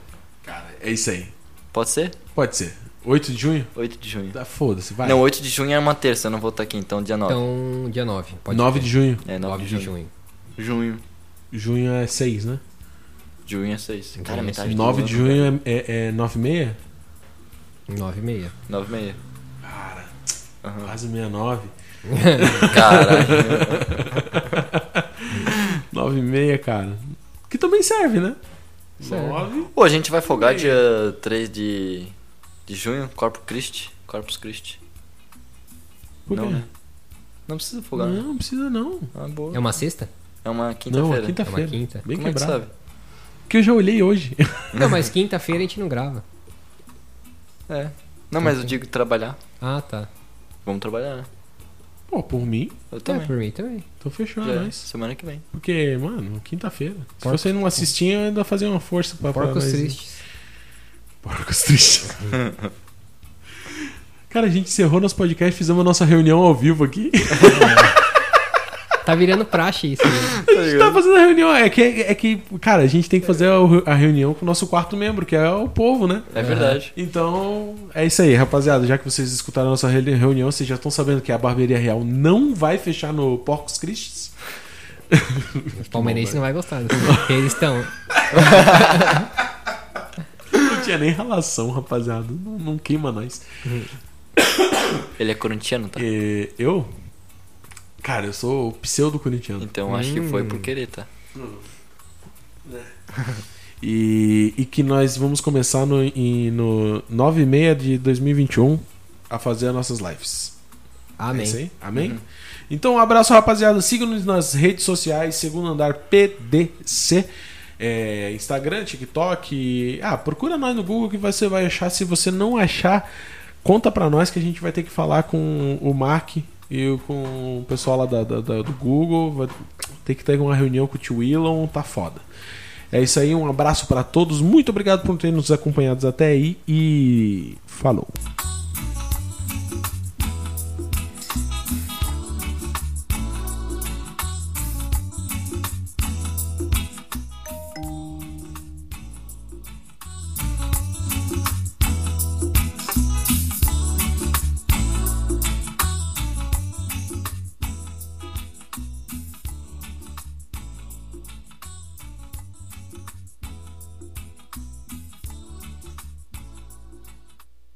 É isso aí.
Pode ser?
Pode ser. 8 de junho?
8 de junho.
Tá, Foda-se, vai.
Não, 8 de junho é uma terça, eu não vou estar aqui, então dia 9.
Então, dia 9. Pode
9 de junho.
é, 9,
9 Então, de junho.
Junho.
Junho é 6, né?
Junho é 6. Cara,
Junho é
metade
seis.
do
9
ano,
de junho é, é, é 9 e meia?
9 e meia.
9 e meia.
Cara, quase 69.
[laughs]
[laughs]
Caralho.
9 e meia, cara. Que também serve, né? 9.
Pô, a gente vai folgar dia 3 de, de junho, Corpus Christi. Corpus Christi.
Por
Não,
quê?
né? Não precisa folgar,
Não,
né?
não precisa não.
Ah, boa.
É uma sexta?
É uma
Não, é
quinta-feira.
quinta-feira.
É uma quinta.
Bem
Como é que
quebrado.
sabe?
Porque eu já olhei hoje. [laughs]
Não, mas quinta-feira a gente não grava.
É. Não, mas eu digo trabalhar.
Ah, tá.
Vamos trabalhar, né?
Pô, por mim,
Eu
Tá,
também.
por mim também.
tô fechando,
Já é.
nós.
Semana que vem.
Porque, mano, quinta-feira. Se você não assistir, eu ainda fazia uma força pra pra
Porcos
nós ir.
tristes.
Porcos tristes. [laughs] Cara, a gente encerrou nosso podcast, fizemos a nossa reunião ao vivo aqui.
Tá virando praxe isso. né?
[laughs] A gente tá fazendo a reunião. É que, é que, cara, a gente tem que fazer a a reunião com o nosso quarto membro, que é o povo, né?
É verdade.
Então, é isso aí, rapaziada. Já que vocês escutaram a nossa reuni- reunião, vocês já estão sabendo que a Barbearia Real não vai fechar no Porcos Cristes.
Os palmeirenses não vai gostar. né? Porque Eles estão.
[laughs] Não tinha nem relação, rapaziada. Não, não queima nós.
Ele é corintiano, tá?
É, eu? Cara, eu sou pseudo-corintiano.
Então acho que foi por querer, tá?
E, e que nós vamos começar no, em, no 9 e meia de 2021 a fazer as nossas lives. É isso
Amém.
aí? Amém? Então, um abraço, rapaziada. Sigam-nos nas redes sociais, segundo andar PDC. É, Instagram, TikTok. Ah, procura nós no Google que você vai achar. Se você não achar, conta pra nós que a gente vai ter que falar com o Mark e o- com o pessoal lá da- da- da- do Google. Vai ter que ter uma reunião com o tio Elon, tá foda. É isso aí, um abraço pra todos. Muito obrigado por terem nos acompanhados até aí e falou.